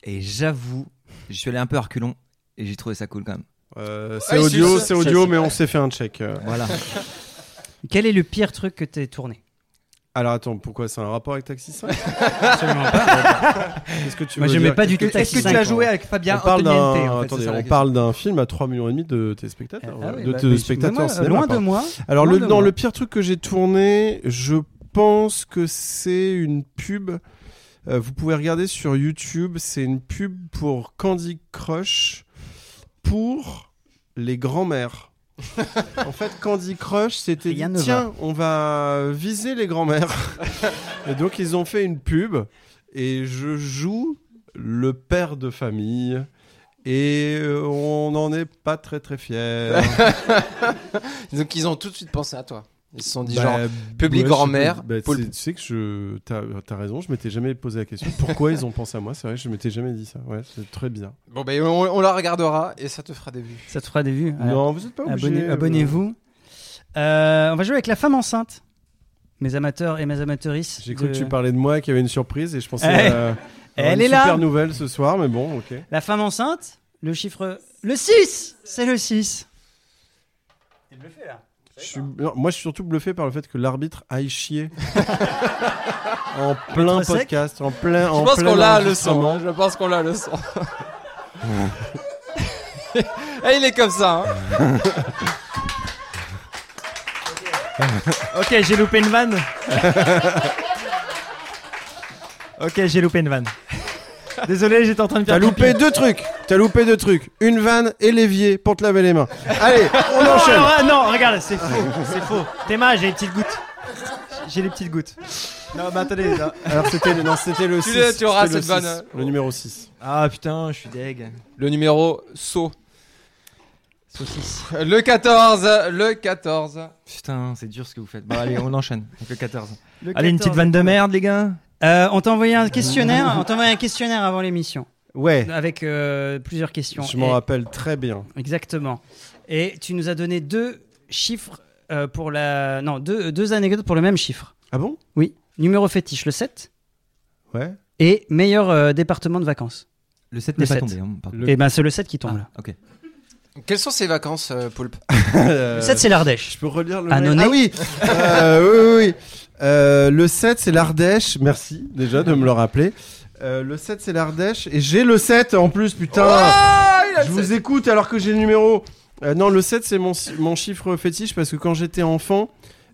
H: et j'avoue, je suis allé un peu à reculons et j'ai trouvé ça cool quand même.
I: Euh, c'est
G: Ah, il
I: audio,
G: suit ça.
I: c'est audio, mais on s'est fait un check. euh.
H: Voilà.
C: Quel est le pire truc que t'aies tourné
I: Alors attends, pourquoi c'est un rapport avec Taxi 5
C: Absolument pas.
I: Ah, Qu'est-ce que tu
C: Moi
I: veux
C: j'aimais
I: dire
C: pas du tout
H: Est-ce que-
C: Taxi
H: Est-ce que tu
C: 5,
H: as joué
C: moi.
H: avec Fabien
I: on parle
H: Antoniente
I: d'un
H: en fait,
I: attendez,
H: c'est ça la
I: on
H: question.
I: parle d'un film à 3 millions et demi de téléspectateurs,
C: Ah
I: euh,
C: oui,
I: de
C: bah, mais-
I: téléspectateurs
C: mais moi,
I: cinéma,
C: loin de
I: pardon.
C: moi.
I: Alors
C: loin
I: le,
C: de
I: non,
C: moi.
I: le pire truc que j'ai tourné, je pense que c'est une pub. Euh, vous pouvez regarder sur YouTube, c'est une pub pour Candy Crush pour les grands-mères. en fait, Candy Crush, c'était dit,
C: Rien ne
I: tiens, on va viser les grands-mères. et donc ils ont fait une pub et je joue le père de famille. Et euh, on n'en est pas très très fiers.
G: Donc ils ont tout de suite pensé à toi. Ils se sont dit
I: Bah,
G: genre, public
I: je
G: grand-mère,
I: peux- bah,
G: Paul-
I: c'est- Tu sais que je. T'as as raison, je m'étais jamais posé la question. Pourquoi ils ont pensé à moi C'est vrai, je m'étais jamais dit ça. Ouais, c'est très bien.
G: bon ben on, on la regardera et ça te fera des vues.
C: Ça te fera des vues. ouais.
I: Non, vous êtes pas obligés.
C: Abonnez-
I: euh,
C: Abonnez-vous. Euh, on va jouer avec la femme enceinte. Mes amateurs et mes amateuristes.
I: J'ai cru
C: de-
I: que tu parlais de moi, qu'il y avait une surprise et je pensais.
C: Eh,
I: euh,
C: elle
I: avoir une
C: est là.
I: Super nouvelle ce soir, mais bon, ok.
C: La femme enceinte, le chiffre. Le 6 C'est le 6. T'es bluffé là
I: Je suis- non, moi, je suis surtout bluffé par le fait que l'arbitre aille chier. en plein
C: Maître sec
I: podcast, en plein.
G: Je
I: en
G: pense
I: plein
G: qu'on l'a le son.
I: enregistrement.
G: hein. Je pense qu'on l'a le son. Eh, il est comme ça. hein.
H: Ok, j'ai loupé une vanne. ok, j'ai loupé une vanne. Désolé, j'étais en train de faire.
I: T'as loupé
H: pipi.
I: deux trucs. T'as loupé deux trucs. Une vanne et l'évier pour te laver les mains. Allez, on
H: Non,
I: enchaîne.
H: alors, ah, non, regarde, c'est faux, c'est faux. Théma, j'ai les petites gouttes. J'ai les petites gouttes. Non, mais attendez. non.
I: Alors c'était non, c'était le
G: Tu
I: 6.
G: l'as- tu auras cette
I: le
G: vanne. hein.
I: Le numéro 6.
H: Ah putain, je suis deg.
G: Le numéro saut.
H: Saucisse.
G: Le 14, le 14.
H: Putain, c'est dur ce que vous faites. Bon, allez, on enchaîne avec le 14.
C: Le
H: Allez, une
C: 14.
H: petite vanne de merde, les gars.
C: Euh, on t'a envoyé un questionnaire. on t'a envoyé un questionnaire avant l'émission
I: Ouais.
C: avec euh, plusieurs questions.
I: Je
C: Et-
I: m'en rappelle très bien.
C: Exactement. Et tu nous as donné deux chiffres euh, pour la. Non, deux, deux anecdotes pour le même chiffre.
I: Ah bon
C: Oui. Numéro fétiche, le 7.
I: Ouais.
C: Et meilleur euh, département de vacances.
H: Le 7
C: Le
H: n'est pas
C: sept.
H: tombé. hein, pardon.
C: Et ben c'est le 7 qui tombe là.
H: Ah, ok.
G: Quelles sont ses vacances, euh, Poulpe
I: Euh,
C: Le 7, c'est l'Ardèche.
I: je peux relire le
C: Annonay.
I: mail Ah oui. Euh, oui oui oui. Euh, le 7 c'est l'Ardèche. Merci déjà de me le rappeler. Euh, le 7 c'est l'Ardèche et j'ai le 7 en plus putain.
G: Oh,
I: Je vous écoute alors que j'ai le numéro. Euh, non, le 7, c'est mon, mon chiffre fétiche parce que quand j'étais enfant,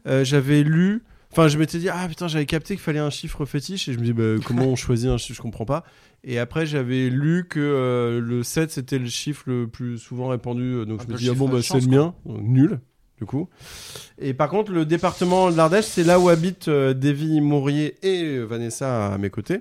I: euh, j'avais lu. Enfin, je m'étais dit, ah putain, j'avais capté qu'il fallait un chiffre fétiche. Et je me dis, bah, comment on choisit un chiffre Je comprends pas. Et après, j'avais lu que euh, le 7, c'était le chiffre le plus souvent répandu. euh, Donc,
G: Un
I: je
G: peu
I: me
G: le
I: dis, ah bon,
G: chiffre
I: bah,
G: de
I: c'est
G: chance,
I: le mien. Donc, Nul, du coup. Et par contre, le département de l'Ardèche, c'est là où habitent euh, Davy Mourier et euh, Vanessa à mes côtés.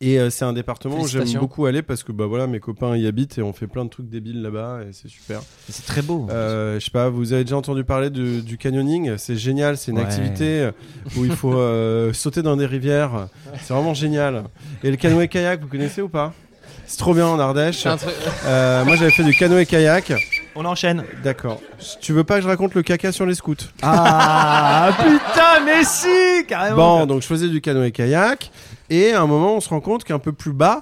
I: Et euh, c'est un département où j'aime
G: Félicitations.
I: beaucoup aller parce que bah voilà mes copains y habitent et on fait plein de trucs débiles là-bas et c'est super.
H: C'est très beau.
I: Euh, je sais pas, vous avez déjà entendu parler du, du canyoning C'est génial, c'est une
H: Ouais.
I: activité où il faut euh, sauter dans des rivières. C'est vraiment génial. Et le canoë kayak, vous connaissez ou pas C'est trop bien en Ardèche.
G: C'est un truc-
I: Euh, moi j'avais fait du canoë kayak.
H: On enchaîne.
I: D'accord. Tu veux pas que je raconte le caca sur les scouts
H: Ah putain, mais si, carrément.
I: Bon, donc je faisais du canoë-kayak et à un moment on se rend compte qu'un peu plus bas,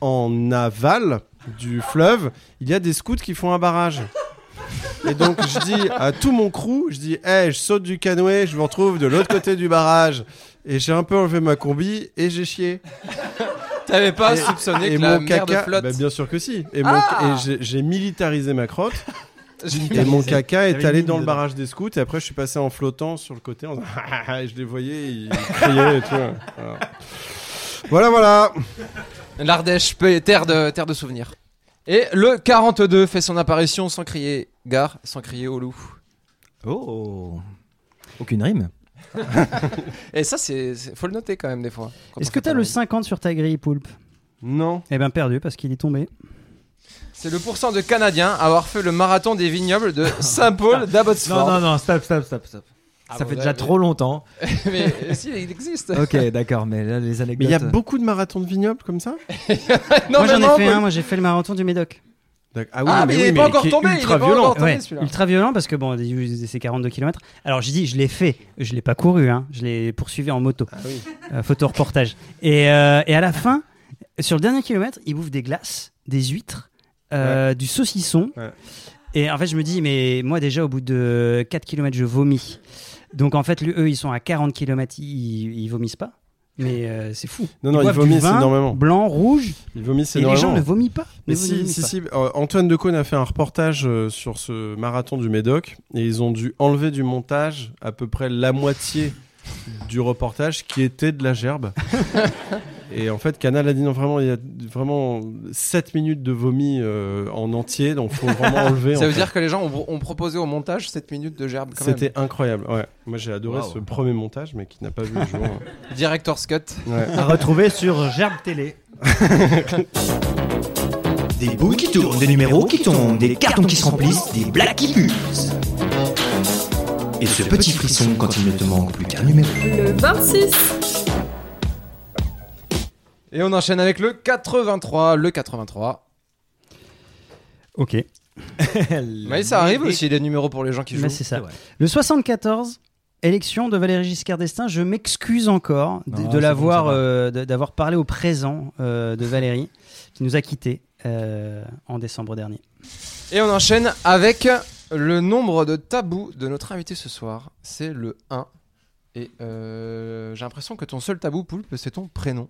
I: en aval du fleuve, il y a des scouts qui font un barrage. Et donc je dis à tout mon crew, je dis, hey, je saute du canoë, je vous retrouve de l'autre côté du barrage. Et j'ai un peu enlevé ma combi et j'ai chié.
G: T'avais pas
I: Et-
G: soupçonné
I: et
G: que la
I: mon
G: merde
I: caca,
G: flotte
I: bah, bien sûr que si. Et, mon- et j'ai- j'ai militarisé ma crotte. Et
G: J'ai-
I: mon caca est
H: T'avais une
I: allé
H: mine
I: dans le
H: dedans.
I: barrage des scouts et après je suis passé en flottant sur le côté. En... Ah, je les voyais, ils criaient et tout. Voilà. Voilà, voilà.
G: L'Ardèche, paix- terre de, terre de souvenirs. Et le 42 fait son apparition sans crier gare, sans crier au loup.
H: Oh. Aucune rime.
G: Et ça, c'est c'est- faut le noter quand même des fois. quand
C: Est-ce
G: on
C: que
G: fait
C: t'as
G: pas
C: le
G: mal.
C: 50 sur ta grille, Poulpe
I: Non.
C: Eh ben perdu parce qu'il est tombé.
G: C'est le pourcent de Canadiens à avoir fait le marathon des vignobles de Saint-Paul
H: Non,
G: d'Abbotsford.
H: non, non, stop, stop, stop, stop.
G: Ah
H: Ça
G: bon,
H: fait
G: là,
H: déjà
G: mais-
H: trop longtemps.
G: Mais euh, si, il existe.
H: Ok, d'accord, mais là, les anecdotes.
I: Mais il y a beaucoup de marathons de vignobles comme ça
G: Non,
C: moi
G: mais
C: j'en ai
G: non,
C: fait
G: mais-
C: un, moi j'ai fait le marathon du Médoc.
I: D'ac-
G: Ah, mais il est pas
I: mais
G: encore
I: qui est
G: tombé, il est
I: ultra
G: pas
I: violent.
G: encore- Attendez, celui-là.
C: ultra violent parce que bon, c'est 42 km. Alors je dis, je l'ai fait, je l'ai pas couru, hein. je l'ai poursuivi en moto.
G: Ah
I: oui.
C: Euh, photo-reportage. Et, euh, et à la fin, sur le dernier kilomètre, il bouffe des glaces, des huîtres, euh, du saucisson.
I: Ouais.
C: Et en fait, je me dis, mais moi déjà, au bout de 4 km, je vomis. Donc en fait, lui, eux, ils sont à 40 km, ils, ils vomissent pas. Mais euh, c'est fou.
I: Non, non,
C: ils
I: ils
C: boivent du
I: vomissent
C: vin
I: énormément.
C: Blanc, rouge,
I: Ils vomissent
C: et les gens
I: énormément.
C: ne vomissent pas.
I: Mais
C: Ne
I: si,
C: vomissent
I: si,
C: pas.
I: si. euh, Antoine Decaune a fait un reportage euh, sur ce marathon du Médoc et ils ont dû enlever du montage à peu près la moitié du reportage qui était de la gerbe. et en fait, Canal a dit non, vraiment, il y a vraiment 7 minutes de vomi euh, en entier, donc faut vraiment enlever. en
G: Ça veut
I: fait.
G: dire que les gens ont, ont proposé au montage 7 minutes de gerbe quand même.
I: C'était incroyable. Ouais. Moi, j'ai adoré
H: Waouh.
I: ce premier montage, mais qui n'a pas vu le jour.
G: Director's Cut.
I: Ouais.
H: à retrouver sur Gerbe Télé.
D: Des boules qui tournent, des numéros qui tombent, des cartons qui se remplissent, des blagues qui pulsent. Et ce petit frisson quand il ne te manque plus qu'un numéro.
B: le 26,
G: Et on enchaîne avec le 83. Le 83.
C: Ok,
G: Mais ça arrive aussi des numéros pour les gens qui jouent.
C: mais c'est ça. Le 74, élection de Valéry Giscard d'Estaing. Je m'excuse encore de,
H: Non,
C: de
H: c'est bon,
C: l'avoir,
H: ça va.
C: euh, de- d'avoir parlé au présent euh, de Valéry, qui nous a quittés euh, en décembre dernier.
G: Et on enchaîne avec le nombre de tabous de notre invité ce soir. C'est le 1. Et euh, j'ai l'impression que ton seul tabou, Poulpe, c'est ton prénom.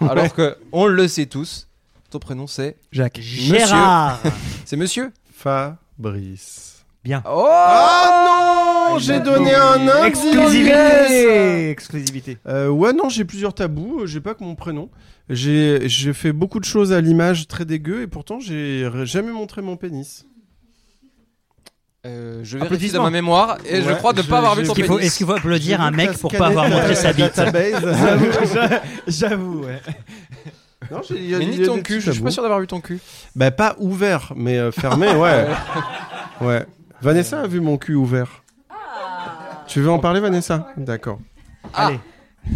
G: Alors que on le sait tous, ton prénom c'est.
H: Jacques.
C: Gérard
G: C'est monsieur
I: Fabrice.
H: Bien.
G: Oh, non
I: non, j'ai donné un indice.
H: Exclusivité Exclusivité.
I: Euh, ouais, non, j'ai plusieurs tabous. euh, J'ai pas que mon prénom. J'ai j'ai fait beaucoup de choses à l'image très dégueu et pourtant j'ai r- jamais montré mon pénis.
G: Euh, je vérifie dans
H: Applaudissements.
G: ma mémoire et je
I: Ouais,
G: crois ne
I: je-
G: pas avoir vu
I: je-
G: ton
C: Est-ce qu'il faut,
G: pénis.
C: est-ce qu'il faut applaudir un mec pour pas avoir
I: Cascader,
C: montré
I: euh,
C: sa
I: la
C: bite
I: database.
H: J'avoue, ouais.
I: non, j'ai- il y a-
G: Mais
I: il y
G: ni
I: a
G: ton
I: des
G: cul,
I: petits
G: je suis pas
I: tabous.
G: sûr d'avoir vu ton cul.
I: Bah pas ouvert, mais euh, fermé, ouais. ouais. Vanessa a vu mon cul ouvert. Tu veux en parler, Vanessa D'accord.
G: Ah.
H: Allez.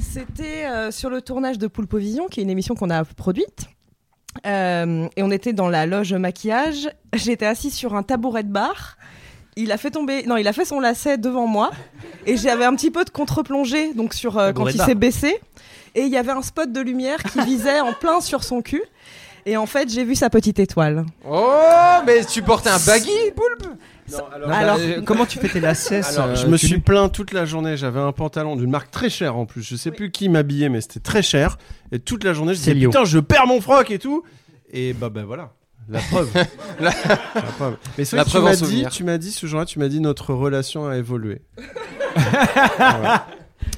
F: C'était euh, sur le tournage de Poulpovision, qui est une émission qu'on a produite. Euh, et on était dans la loge maquillage. J'étais assise sur un tabouret de bar. Il a fait tomber, non, il a fait son lacet devant moi. Et j'avais un petit peu de contre-plongée, donc sur euh, quand
H: Tabouret de
F: il
H: bar.
F: s'est baissé. Et il y avait un spot de lumière qui visait en plein sur son cul. Et en fait, j'ai vu sa petite étoile.
G: Oh, mais tu portais un baggy, Poulpe
F: Alors,
G: euh,
H: Comment tu fais tes lacets euh,
I: Alors, je me suis plaint toute la journée. J'avais un pantalon d'une marque très chère en plus. Je sais plus qui m'habillait, mais c'était très cher. Et toute la journée, je
C: C'est
I: disais
C: Lio.
I: putain, je perds mon froc et tout. Et bah, bah voilà. La preuve.
G: La-
I: preuve. Mais c'est
G: La
I: vrai que tu
G: preuve en
I: m'as dit,
G: souvenir.
I: tu m'as dit ce jour-là, tu m'as dit notre relation a évolué.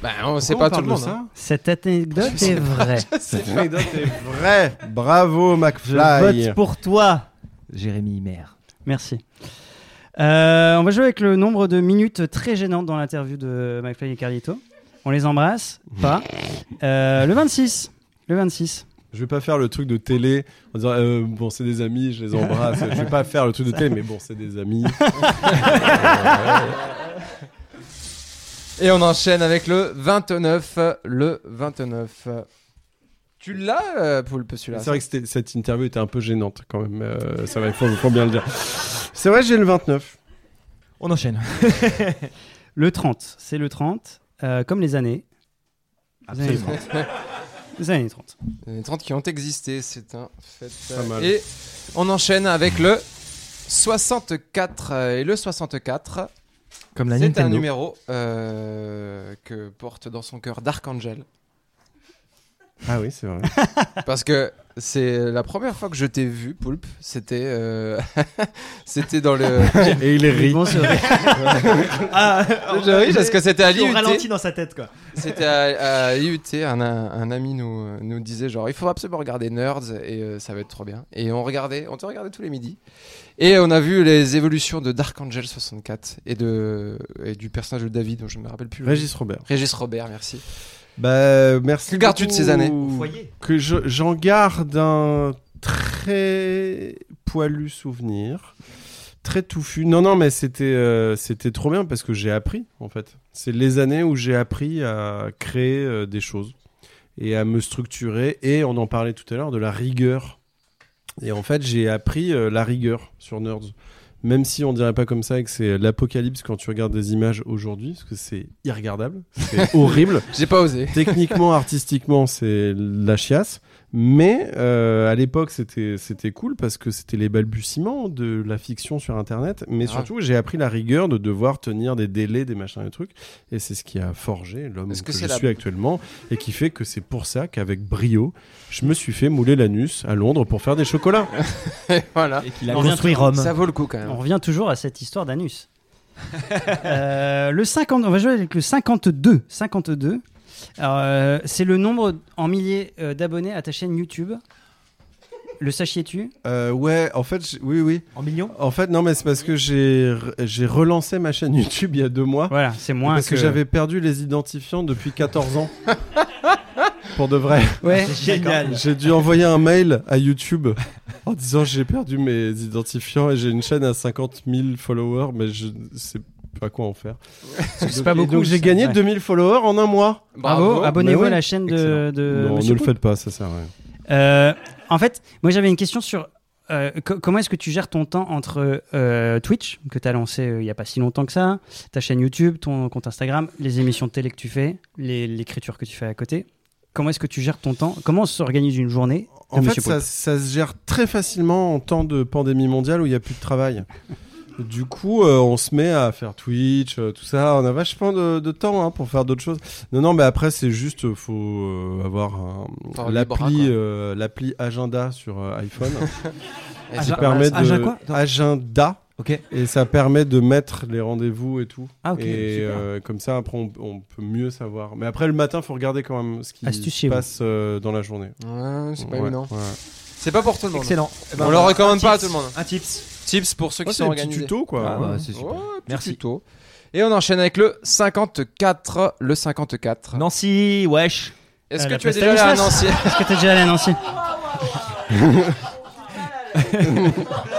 G: Bah, on sait pas tout le monde. hein.
C: Cette anecdote est vraie.
I: Cette anecdote est vraie. Bravo,
H: Je
I: McFly.
H: vote pour toi, Jérémy Himer.
C: Merci. Euh, on va jouer avec le nombre de minutes très gênantes dans l'interview de McFly et Carlito. On les embrasse, pas. Euh, le 26. Le 26.
I: Je vais pas faire le truc de télé en disant euh, bon c'est des amis, je les embrasse. je vais pas faire le truc de télé, mais bon c'est des amis.
G: Et on enchaîne avec le 29. euh, Le 29. euh. Tu l'as, euh, Poulpe, celui-là
I: C'est vrai que c'était- cette interview était un peu gênante quand même. euh, ça va, il faut, faut bien le dire. C'est vrai, j'ai le 29.
H: On enchaîne.
C: Le 30. C'est le 30. euh, comme les années. Les années 30. Les années 30.
G: Il y en a 30 qui ont existé, c'est un fait. euh,
I: Pas mal.
G: Et on enchaîne avec le 64. euh, Et le 64,
H: Comme la
G: c'est un
H: Nintendo.
G: numéro euh, que porte dans son cœur Darkangel.
I: Ah oui, c'est vrai.
G: Parce que c'est la première fois que je t'ai vu, Poulpe. C'était euh, c'était dans le.
I: Et il rit.
C: Bon, c'est vrai.
H: Ah,
G: oui, parce que c'était à
H: on
G: l'IUT.
H: ralentit dans sa tête, quoi.
G: C'était à, à IUT, un, un ami nous, nous disait genre il faut absolument regarder Nerds et euh, ça va être trop bien. Et on regardait, on te regardait tous les midis. Et on a vu les évolutions de Dark Angel 64 et, de, et du personnage de David dont je ne me rappelle plus.
I: Régis Robert.
G: Régis Robert, merci.
I: Bah merci.
G: Que gardes-tu de
I: beaucoup.
G: ces années
I: Que je- j'en garde un très poilu souvenir, très touffu. Non non, mais c'était euh, c'était trop bien parce que j'ai appris en fait. C'est les années où j'ai appris à créer euh, des choses et à me structurer et on en parlait tout à l'heure de la rigueur. Et en fait, j'ai appris euh, la rigueur sur Nerds. Même si on dirait pas comme ça et que c'est l'apocalypse quand tu regardes des images aujourd'hui, parce que c'est irregardable, c'est horrible.
G: J'ai pas osé.
I: Techniquement, artistiquement, c'est la chiasse. Mais euh, à l'époque, c'était c'était cool parce que c'était les balbutiements de la fiction sur Internet. Mais
G: Ah.
I: surtout, j'ai appris la rigueur de devoir tenir des délais, des machins, des trucs. Et c'est ce qui a forgé l'homme
G: Est-ce
I: que,
G: que
I: je
G: c'est la-
I: suis actuellement et qui fait que c'est pour ça qu'avec brio, je me suis fait mouler l'anus à Londres pour faire des chocolats.
G: Et voilà.
H: Et qu'il a
C: On revient
H: construit
C: toujours-
H: Rome.
G: Ça vaut le coup quand
C: On
G: même.
C: revient toujours à cette histoire d'anus. Euh, le 50, on va jouer avec le 52. 52. Alors, euh, c'est le nombre en milliers euh, d'abonnés à ta chaîne YouTube. Le sachiez-tu
I: Euh, ouais, en fait, j'- oui, oui.
H: En millions
I: En fait, non, mais c'est parce que j'ai re- j'ai relancé ma chaîne YouTube il y a deux mois.
C: Voilà, c'est moins
I: parce que, j'avais perdu les identifiants depuis 14 ans. Pour de vrai.
C: Ouais.
H: Génial.
I: J'ai dû envoyer un mail à YouTube en disant j'ai perdu mes identifiants et j'ai une chaîne à 50 000 followers, mais je ne sais pas quoi en faire.
C: C'est pas
I: Et
C: beaucoup.
I: donc j'ai
C: ça.
I: gagné
C: Ouais.
I: 2000 followers en un mois.
C: Bravo, Ah, abonnez-vous
I: Mais oui.
C: à la chaîne de,
I: Excellent.
C: de
I: non,
C: Euh, Monsieur
I: ne le
C: Poulpe.
I: faites pas, ça sert à rien.
C: Euh, en fait, moi j'avais une question sur euh, co- comment est-ce que tu gères ton temps entre euh, Twitch, que tu as lancé euh, il n'y a pas si longtemps que ça, ta chaîne YouTube, ton compte Instagram, les émissions de télé que tu fais, les- l'écriture que tu fais à côté. Comment est-ce que tu gères ton temps Comment s'organise une journée de
I: En fait,
C: Ah, Monsieur
I: ça,
C: Poulpe
I: ça se gère très facilement en temps de pandémie mondiale où il n'y a plus de travail. Du coup, euh, on se met à faire Twitch, euh, tout ça. On a vachement de, de temps hein, pour faire d'autres choses. Non, non, mais après, c'est juste, euh, faut euh, avoir un-
G: Faut avoir les bras,
I: l'appli,
G: quoi.
I: euh, l'appli agenda sur euh, iPhone.
G: Et
I: qui
G: c'est pas mal.
I: permet de
C: Agenda quoi
I: agenda
C: Ok.
I: Et ça permet de mettre les rendez-vous et tout.
C: Ah, ok,
I: Et
C: super.
I: euh, comme ça, après, on, on peut mieux savoir. Mais après, le matin, faut regarder quand même ce qui
C: Astuce
I: se
C: chez vous.
I: passe euh, dans la journée.
G: Ouais, c'est pas
I: Ouais,
G: évident.
I: ouais.
G: C'est pas pour tout le monde.
H: Excellent. Eh ben,
G: On le recommande
H: un
G: pas à
H: tips,
G: tout le monde.
H: Un tips.
G: Tips pour ceux
I: Ouais,
G: qui
I: c'est
G: sont
I: un petit
G: organisés.
I: tuto, quoi.
H: Ah, bah, c'est super.
G: Ouais, petit
H: Merci.
G: tuto. Et on enchaîne avec le 54. Le 54.
H: Nancy, wesh.
G: Est-ce
C: Euh,
G: que
C: la
G: tu es
C: place
G: déjà allé à
C: Stanislas.
G: Nancy
C: Est-ce que t'es déjà allé à Nancy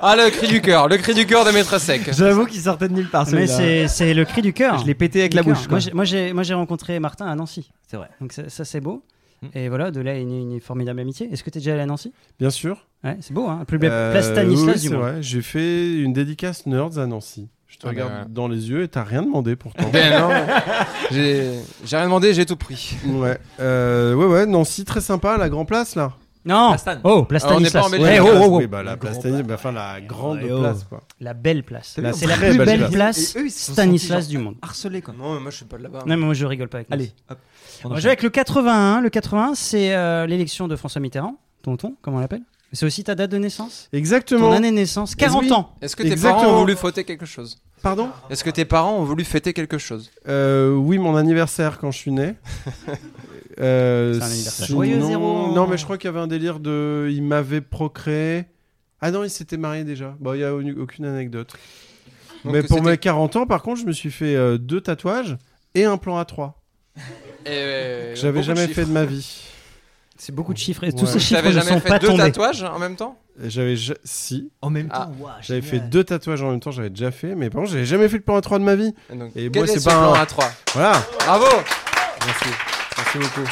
G: Ah, le cri du cœur. Le cri du cœur de Maître Sec.
H: J'avoue qu'il sortait de nulle
I: Ah,
H: part.
C: Mais c'est c'est le cri du cœur.
H: Je l'ai pété avec
C: Du
H: la
C: cœur.
H: bouche.
C: Moi,
H: quoi.
C: j'ai- Moi, j'ai moi, j'ai rencontré Martin à Nancy.
H: C'est vrai.
C: Donc ça, ça, c'est beau.
H: Mm.
C: Et voilà, de là une, une formidable amitié. Est-ce que t'es déjà allé à Nancy
I: Bien sûr.
C: Ouais, c'est beau, hein. La Plus belle
I: Euh,
C: place Stanislas
I: oui,
C: du
I: c'est
C: monde.
I: vrai. J'ai fait une dédicace Nerds à Nancy. Je te
G: Ah,
I: regarde
G: bah.
I: dans les yeux et t'as rien demandé pourtant.
G: Ben non. J'ai j'ai rien demandé, j'ai tout pris.
I: ouais. Euh, ouais, ouais, Nancy, très sympa, la Grand Place là.
C: Non
H: Plastan.
C: Oh, place
G: Alors, on n'est pas
C: Stanislas.
G: en Belgique.
C: Ouais, oh, oh, oh.
I: Oui, bah, la place Stanislas, bah, enfin la grande
H: Ouais, oh.
I: place quoi.
C: La belle place.
H: T'as vu,
C: C'est
H: on
C: la
I: très
C: plus
I: belle
C: belle
I: place.
C: place
H: Et eux, ils se sont
C: Stanislas
H: sentis,
C: du monde.
H: Harcelé quoi.
G: Non, mais moi je suis pas de là-bas.
C: Non, mais moi, je rigole pas avec Nancy.
H: Allez, hop. on
C: Moi,
H: enchaîne.
C: je vais avec le 81. Le 81, c'est euh, l'élection de François Mitterrand. Tonton, comment on l'appelle C'est aussi ta date de naissance Ton
I: Exactement.
C: année de naissance 40
I: Oui.
C: ans
G: Est-ce que tes parents
I: Exactement.
G: ont voulu fêter quelque chose
I: Pardon
G: Est-ce que tes parents ont voulu fêter quelque chose
I: Euh, oui, mon anniversaire quand je suis né. Euh,
C: C'est un anniversaire
I: sinon-
C: joyeux, zéro.
I: Non, mais je crois qu'il y avait un délire de. Il m'avait procréé. Ah non, il s'était marié déjà. Bon, il n'y a au- aucune anecdote.
G: Donc,
I: mais pour
G: c'était-
I: mes 40 ans, par contre, je me suis fait euh, deux tatouages et un plan A3.
G: Euh,
I: Que j'avais
G: beaucoup de
I: jamais
G: chiffres.
I: fait de ma vie.
C: C'est beaucoup de chiffres. Et
I: Ouais.
C: tous ces
I: Vous
C: chiffres
G: T'avais
C: ne
G: jamais
C: sont
G: fait
C: pas
G: deux
C: tombés.
G: tatouages en même temps
I: Et J'avais. ja- Si.
H: En même
G: Ah.
H: temps, ouah,
I: J'avais fait
H: génial.
I: deux tatouages en même temps, j'avais déjà fait. Mais par contre, j'avais jamais fait le plan A3 de ma vie.
G: Donc,
I: Et
G: quel
I: moi,
G: est
I: c'est
G: ce
I: pas
G: plan
I: un-
G: A3
I: Voilà.
G: Bravo
I: Merci. Merci beaucoup.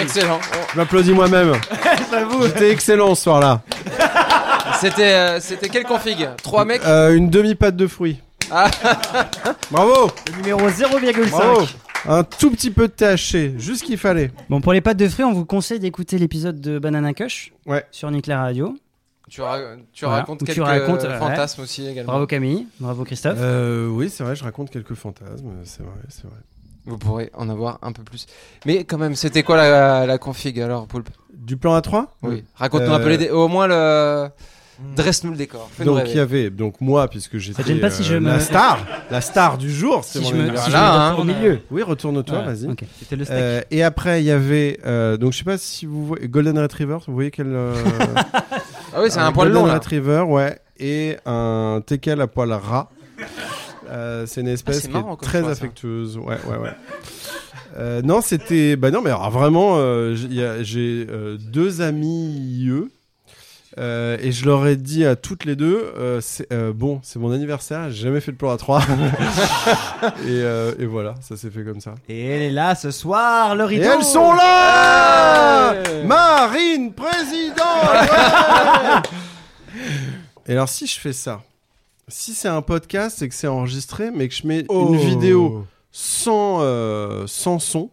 G: Excellent.
I: Je m'applaudis moi-même. J'étais excellent ce soir-là.
G: Oh, C'était euh, c'était quelle config Trois mecs
I: Euh, une demi-pâte de fruits.
G: Ah.
I: Bravo!
H: Le numéro 0,5.
I: Bravo Un tout petit peu de THC, juste ce qu'il fallait.
C: Bon, pour les pâtes de fruits, on vous conseille d'écouter l'épisode de Banana Cush
I: Ouais.
C: sur Nick la Radio.
G: Tu, ra- tu
C: Voilà.
G: racontes
C: Ou tu
G: quelques
C: racontes, euh,
G: fantasmes aussi également.
C: Bravo Camille, bravo Christophe.
I: Euh, oui, c'est vrai, je raconte quelques fantasmes, c'est vrai, c'est vrai.
G: Vous pourrez en avoir un peu plus. Mais quand même, c'était quoi la, la config alors, Poulpe
I: Du plan A3
G: Oui. Raconte-nous
I: Euh,
G: un peu les dé- au moins le. Dresse-nous le décor. Fais-nous
I: Donc il y
G: rêver.
I: avait donc moi puisque j'étais euh,
C: gêne pas si je me-
I: la star, la star du jour, c'est
C: Si
I: mon
C: je me-
I: anniversaire.
C: si je
G: Voilà,
C: me
G: hein,
C: tourne
G: au
C: à-
G: milieu.
I: Oui, retourne-toi,
C: Voilà,
I: vas-y.
C: ok.
H: C'était le steak.
I: Euh, et après il y avait euh, donc je sais pas si vous voyez Golden Retriever, vous voyez quel euh,
G: Ah oui, c'est un poil
I: Golden
G: long là.
I: Retriever, ouais, et un teckel à poil ras. Euh, c'est une espèce
G: Ah, c'est
I: qui
G: marrant
I: est
G: comme
I: très
G: choix, ça.
I: affectueuse. Ouais, ouais, ouais. Euh, non, c'était. Bah non, mais alors vraiment, euh, j'- il y a- j'ai euh, deux amis IE. euh, et je leur ai dit à toutes les deux, euh, c'est- euh, bon, c'est mon anniversaire, j'ai jamais fait de plan à 3. et, euh, et voilà, ça s'est fait comme ça.
H: Et elle est là ce soir, le
I: Et
H: rideau.
I: elles sont là
G: Ouais.
I: Marine présidente ouais Et alors si je fais ça, si c'est un podcast et que c'est enregistré, mais que je mets
H: Oh.
I: une vidéo sans, euh, sans son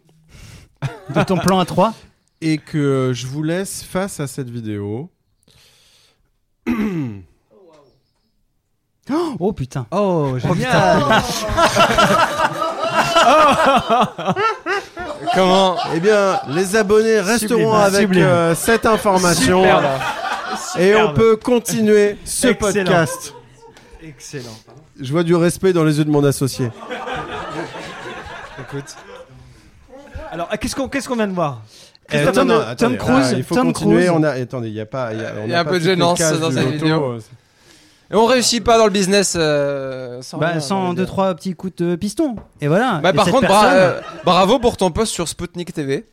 C: De ton plan à 3
I: et que je vous laisse face à cette vidéo,
C: Oh putain.
H: Oh, génial.
G: Comment
I: eh bien les abonnés resteront
C: Sublime,
I: avec
C: sublime.
I: euh, cette information et on peut continuer ce
H: Excellent.
I: podcast.
H: Excellent.
I: Je vois du respect dans les yeux de mon associé.
H: Alors, ah, qu'est-ce qu'on qu'est-ce qu'on vient de voir
C: Christophe,
I: Euh, non, non,
C: Tom
I: attendez,
C: Cruise,
I: ah, il faut
C: Tom
I: continuer.
C: Cruise.
I: On a, attendez, il y a pas. Il y a, on
G: Il y a un
I: pas
G: peu de
I: toutes les
G: gênance
I: cases
G: dans
I: du
G: cette
I: loto.
G: vidéo. Et on réussit pas dans le business euh, sans.
C: Bah,
G: rien, on
C: sans
G: va
C: deux
G: dire.
C: trois petits coups de piston. Et voilà.
G: Bah,
C: Et
G: par
C: cette
G: contre, bra-
C: personne-
G: euh, bravo pour ton poste sur Sputnik TV.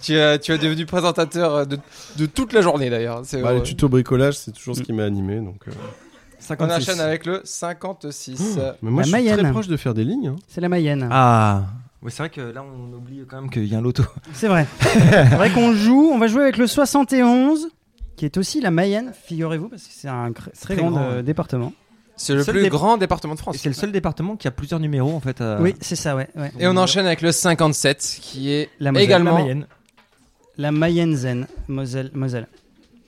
G: tu, as, tu es devenu présentateur de, de toute la journée d'ailleurs. C'est euh,
I: Bah, les
G: heureux.
I: tutos bricolage, c'est toujours ce qui m'a animé. Donc, euh.
G: On
H: 56.
G: enchaîne avec le 56.
I: Mais
C: La
I: moi, je suis
C: Mayenne.
I: très proche de faire des lignes. hein.
C: C'est la Mayenne.
H: Ah. Ouais, c'est vrai que là, on oublie quand même qu'il y a un loto.
C: C'est vrai. c'est vrai qu'on joue. On va jouer avec le 71, qui est aussi la Mayenne, figurez-vous, parce que c'est un cr- très, grand,
H: grand,
C: euh,
H: ouais.
C: département.
G: C'est le
H: Seul
G: plus
H: dé-
G: grand département de
H: Et
G: France.
H: C'est le seul département qui a plusieurs numéros en fait. euh, à-
C: Oui, c'est ça, ouais. ouais.
G: Et on enchaîne avec le 57 qui est
C: La Moselle.
H: La
G: également.
H: Mayenne,
C: La Mayenne Zen. Moselle. Moselle.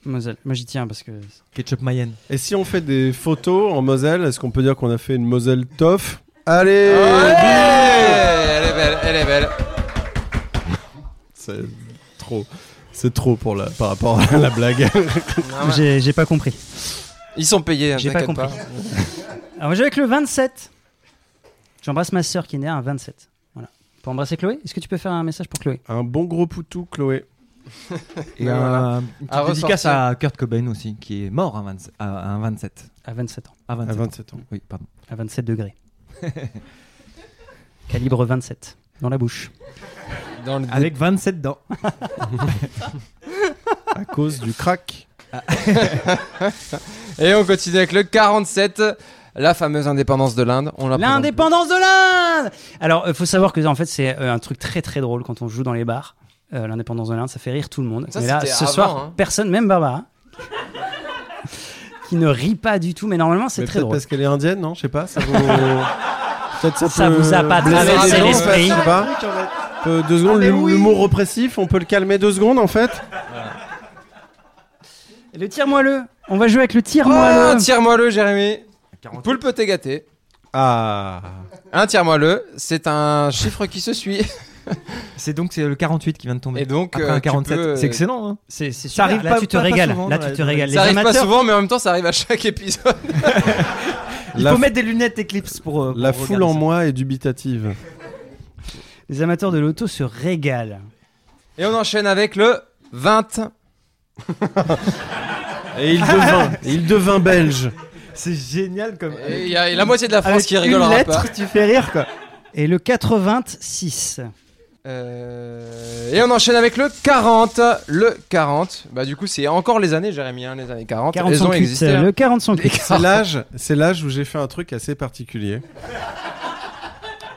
C: Moselle. Moi, j'y tiens parce que.
H: ketchup Mayenne.
I: Et si on fait des photos en Moselle, est-ce qu'on peut dire qu'on a fait une Moselle tof Allez
G: Ouais, elle est belle, elle est belle.
I: C'est- Trop. C'est trop pour la, par rapport à la blague.
G: Ah ouais.
C: J'ai j'ai pas compris.
G: Ils sont payés, hein,
C: J'ai pas
G: t'inquiète
C: compris. Alors moi, j'ai avec le 27. J'embrasse ma sœur qui est née un 27. Voilà. Pour embrasser Chloé, est-ce que tu peux faire un message pour Chloé
I: Un bon gros poutou, Chloé.
H: Et
G: Ouais, Ben voilà.
H: un, une petite
G: À
H: dédicace
G: ressortir.
H: à Kurt Cobain aussi, qui est mort à, 20 à, à 27.
C: À 27 ans,
H: À 27.
I: À 27 ans.
H: Oui, pardon.
C: à 27 degrés. Calibre 27 dans la bouche.
G: Ah, Dans le
H: Avec 27 dents.
I: À cause du crack.
G: Et on continue avec le 47, la fameuse indépendance de l'Inde. On la présente
C: L'indépendance de l'Inde Alors, il faut savoir que en fait, c'est euh, un truc très très drôle quand on joue dans les bars. Euh, L'indépendance de l'Inde, ça fait rire tout le monde.
G: Ça,
C: mais là,
G: c'était
C: ce
G: avant,
C: soir,
G: hein.
C: personne, même Barbara, qui ne rit pas du tout. Mais normalement, c'est
I: Mais
C: très
I: peut-être
C: drôle.
I: parce qu'elle est indienne, non Je sais pas. Ça vous. Peut-être ça,
C: Ça
I: peut
C: vous a pas
I: blesser les
G: traversé
I: gens,
C: l'esprit.
I: je sais pas. Euh, deux secondes,
H: Ah, mais
I: l'hu-
H: oui.
I: l'humour répressif, on peut le calmer deux secondes en fait.
C: Le tir moelleux. On va jouer avec le tir
G: plus.
C: moelleux.
G: Oh, Un tire-moi le, Jérémy. Poulpe t'es gâté.
I: Ah.
G: Un tire-moi le, c'est un chiffre qui se suit.
H: C'est donc c'est le 48 qui vient de tomber.
G: Et donc,
H: Après
G: euh,
H: un
G: tu
H: 47.
G: peux, euh,
H: C'est excellent, hein
C: C'est c'est
H: Ça
C: super.
H: arrive
C: là,
H: pas-
C: tu te
H: pas- pas
C: régales.
H: souvent
C: là,
H: dans
C: tu
H: la-
C: te régales. Les
G: ça arrive pas
C: amateurs-
G: souvent, mais en même temps, ça arrive à chaque épisode.
H: Il
I: La
H: faut
I: f-
H: mettre des lunettes Eclipse pour. euh, pour
I: La
H: regarder
I: foule en
H: ça.
I: moi est dubitative.
C: Les amateurs de l'auto se régalent.
G: Et on enchaîne avec le 20.
I: Et il devint, il devint belge.
H: C'est génial comme.
I: Euh,
G: Et il y a la moitié de la France
H: Avec
G: qui rigolera
H: une lettre,
G: pas.
H: tu fais rire quoi.
C: Et le 86.
G: Euh, Et on enchaîne avec le 40. Le 40. Bah, du coup, c'est encore les années, Jérémy, hein, les années 40.
C: 40
G: Elles ont
C: cuite,
G: existé. hein.
C: euh, Le 40 sans cuite.
I: C'est l'âge, c'est l'âge où j'ai fait un truc assez particulier.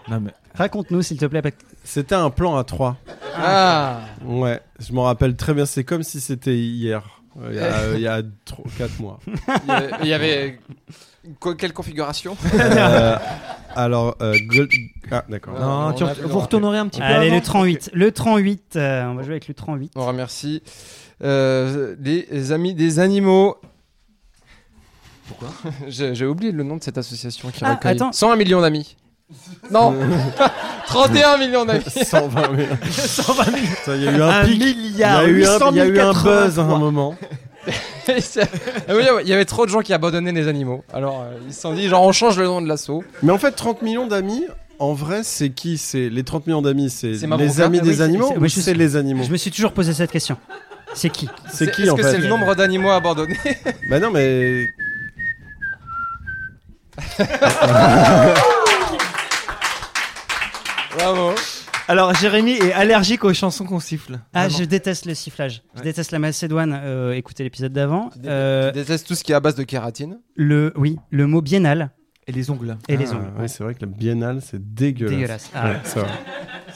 H: Non mais.
C: Raconte-nous, s'il te plaît. Pat-
I: C'était un plan à trois.
G: Ah.
I: Ouais, je m'en rappelle très bien. C'est comme si c'était hier. Euh, Il y a- il y a 4 mois.
G: Ah, Il y avait- il y avait. quoi- Quelle configuration
I: Euh, alors, euh, Gold- ah d'accord.
G: Non,
H: Non,
G: on
H: tu-
G: a-
H: vous retournerez un petit peu.
C: Allez,
H: avant
C: le 38. Le 38. euh, on va jouer avec le 38.
G: On remercie euh, les amis des animaux. Pourquoi J'ai j'ai oublié le nom de cette association qui
C: Ah,
G: recueille
C: attends.
G: 101 millions d'amis. Non 31 millions d'amis
I: 120 000. Ça, Il y a eu un
H: Un
I: pic. Il y
H: milliard.
I: a eu un,
H: 800
I: il y a eu un
H: 083.
I: buzz à un moment.
G: Et ça- Ah oui, Il y avait trop de gens qui abandonnaient les animaux. Alors euh, ils se sont dit, genre on change le nom de l'assaut.
I: Mais en fait, 30 millions d'amis. En vrai, c'est qui C'est les 30 millions d'amis, c'est
G: C'est ma
I: les
G: broca.
I: amis
C: Ah oui,
I: des
C: c'est-
I: animaux
C: c'est-
I: ou
C: oui, je
I: c'est
C: sais.
I: les animaux
C: Je me suis toujours posé cette question. C'est qui
I: C'est qui
G: Est-ce
I: en
G: que c'est
I: fait
G: le nombre d'animaux abandonnés
I: Bah non, mais
G: Bravo
H: Alors Jérémy est allergique aux chansons qu'on siffle.
C: Ah,
H: Vraiment.
C: je déteste le sifflage. Je
H: Ouais.
C: déteste la Macédoine. euh, écoutez l'épisode d'avant.
G: détestes-
C: Euh,
G: Je déteste tout ce qui est à base de kératine.
C: le, oui, le mot biennale
H: Et les ongles.
C: et
I: Ah,
C: les ongles.
I: ouais, c'est vrai que la biennale, c'est dégueulasse.
C: Dégueulasse. Ah,
I: Ouais, c'est vrai,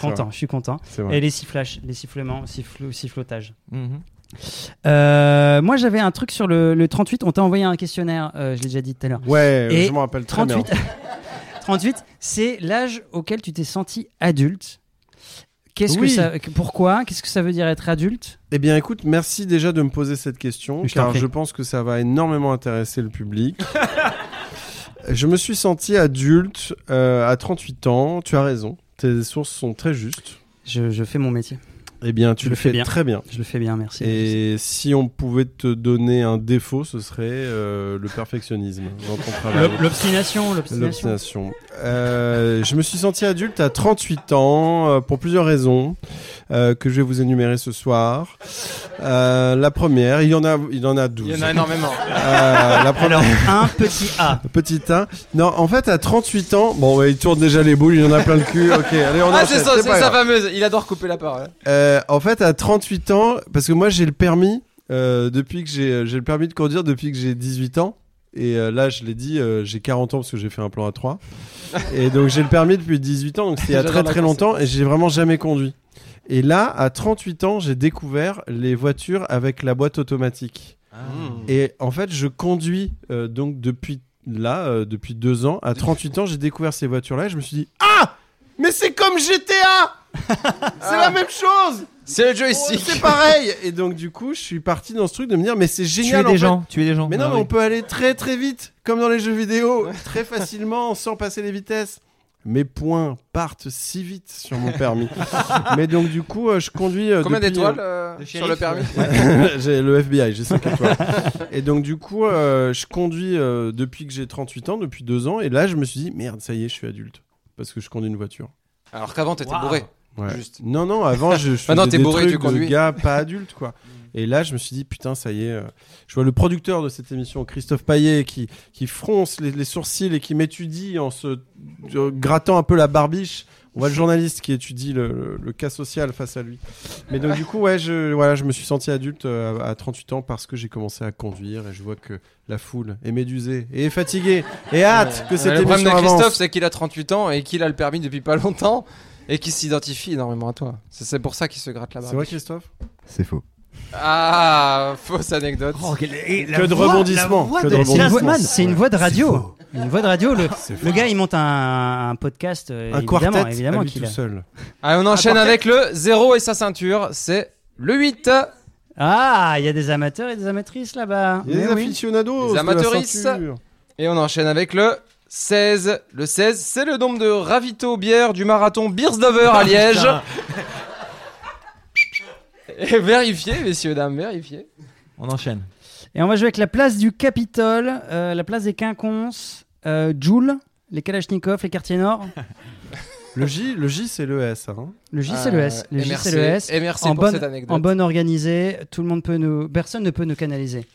C: content, je suis content.
I: c'est vrai.
C: Et les sifflages, les sifflements, siffle, sifflotage.
H: Mhm.
C: Euh, moi, j'avais un truc sur le, le 38. On t'a envoyé un questionnaire, euh, je l'ai déjà dit tout à l'heure.
I: Ouais,
C: Et
I: je m'en rappelle très
C: 38,
I: bien.
C: 38 c'est l'âge auquel tu t'es senti adulte. Qu'est-ce
I: Oui.
C: que ça, que- pourquoi Qu'est-ce que ça veut dire être adulte
I: Eh bien, écoute, merci déjà de me poser cette question,
C: Je t'en
I: car
C: prie.
I: je pense que ça va énormément intéresser le public. je me suis senti adulte euh, à 38 ans. Tu as raison, tes sources sont très justes.
C: je, je fais mon métier.
I: Eh bien, tu
C: Je
I: le
C: le fais
I: fais
C: bien.
I: très bien.
C: Je le fais bien, merci.
I: Et si on pouvait te donner un défaut, ce serait euh, le perfectionnisme dans ton travail.
C: L'ob- L'obstination, l'obstination.
I: L'obstination. Euh, je me suis senti adulte à 38 ans euh, pour plusieurs raisons euh, que je vais vous énumérer ce soir. Euh, la première, il y en a, il y en a 12.
G: Il y en a énormément.
I: Euh, la première,
C: Un petit ah, A.
I: petit 1. Non, en fait, à 38 ans, bon, bah, il tourne déjà les boules, il y en a plein le cul. Ok, allez, on
G: Ah
I: enchaîne,
G: c'est ça,
I: c'est
G: c'est
I: pas
G: sa
I: grave.
G: fameuse. Il adore couper la parole. hein.
I: Euh, en fait, à 38 ans, parce que moi, j'ai le permis euh, depuis que j'ai, j'ai le permis de conduire depuis que j'ai 18 ans. Et euh, là, je l'ai dit, euh, j'ai 40 ans parce que j'ai fait un plan à 3. Et donc, j'ai le permis depuis 18 ans, donc c'est il y a
G: J'adore
I: très
G: la
I: très longtemps, et j'ai vraiment jamais conduit. Et là, à 38 ans, j'ai découvert les voitures avec la boîte automatique. Et en fait, je conduis euh, donc depuis là, euh, depuis deux ans. À 38 ans, j'ai découvert ces voitures-là et je me suis dit Ah Mais c'est comme GTA C'est la même chose
G: C'est le
I: Oh,
G: joystick.
I: C'est pareil Et donc, du coup, je suis parti dans ce truc de me dire Mais c'est
H: Tuer
I: génial
H: des
I: en fait.
H: gens, tuer des gens.
I: Mais non,
H: Ah
I: mais
H: oui.
I: on peut aller très très vite, comme dans les jeux vidéo, très facilement, sans passer les vitesses. mes points partent si vite sur mon permis. mais donc du coup, euh, je conduis. euh,
G: Combien
I: depuis,
G: d'étoiles
I: euh,
G: euh,
C: le
G: sur le
C: shérif,
G: permis
I: j'ai le FBI, j'ai 5 étoiles. et donc du coup, euh, je conduis euh, depuis que j'ai 38 ans, depuis 2 ans. Et là, je me suis dit, merde, ça y est, je suis adulte. Parce que je conduis une voiture.
G: Alors qu'avant, t'étais
C: Waouh.
G: bourré.
I: Ouais.
G: Juste.
I: Non, non, avant, je, je faisais
G: Maintenant, t'es
I: des
G: bourré, Mm. tu
I: trucs de
G: conduis.
I: gars pas adulte, quoi. Et là, je me suis dit, putain, ça y est. euh, Je vois le producteur de cette émission, Christophe Paillet, qui, qui fronce les, les sourcils et qui m'étudie en se euh, grattant un peu la barbiche. On voit le journaliste qui étudie le, le- le cas social face à lui. Mais donc, du coup, ouais, je, voilà, je me suis senti adulte euh, à, à 38 ans parce que j'ai commencé à conduire et je vois que la foule est médusée et est fatiguée et hâte
G: Mais
I: que cette
G: Euh, le problème de
I: émission
G: Christophe,
I: avance.
G: c'est qu'il a 38 ans et qu'il a le permis depuis pas longtemps et qu'il s'identifie énormément à toi. C'est- C'est pour ça qu'il se gratte la barbe.
I: C'est vrai, Christophe
E: C'est faux.
G: Ah, fausse anecdote.
I: Que de rebondissements, que de
C: C'est une,
I: rebondissements.
C: voix, c'est une voix de
E: C'est
C: radio.
E: faux.
C: Une voix de radio. Le,
I: C'est
C: le gars, il monte un, un podcast. euh,
I: un
C: évidemment,
I: quartet
C: évidemment
I: à lui
C: qu'il
I: tout
C: a-
I: seul.
G: Allez, on enchaîne avec le 0 et sa ceinture. C'est le 8.
C: Ah, il y a des amateurs et des amatrices là-bas.
I: Il y a
C: Mais
I: des
C: oui.
I: aficionados,
G: Des
I: de la
G: amateuristes.
I: ceinture.
G: Et on enchaîne avec le 16. Le 16, c'est le nombre de ravito bières du marathon Birsdover à Liège. Et vérifiez, messieurs, dames, vérifiez.
H: On enchaîne.
C: Et on va jouer avec la place du Capitole, euh, la place des Quinconces, euh, Joule, les Kalachnikov, les quartiers nord.
I: Le J, le J c'est le S. hein.
C: Le J, c'est le S.
G: Euh,
C: Le J,
G: MRC,
C: c'est le S.
G: MRC
C: En
G: pour
C: bonne,
G: cette anecdote.
C: en bonne organisée, tout le monde peut nous, personne ne peut nous canaliser.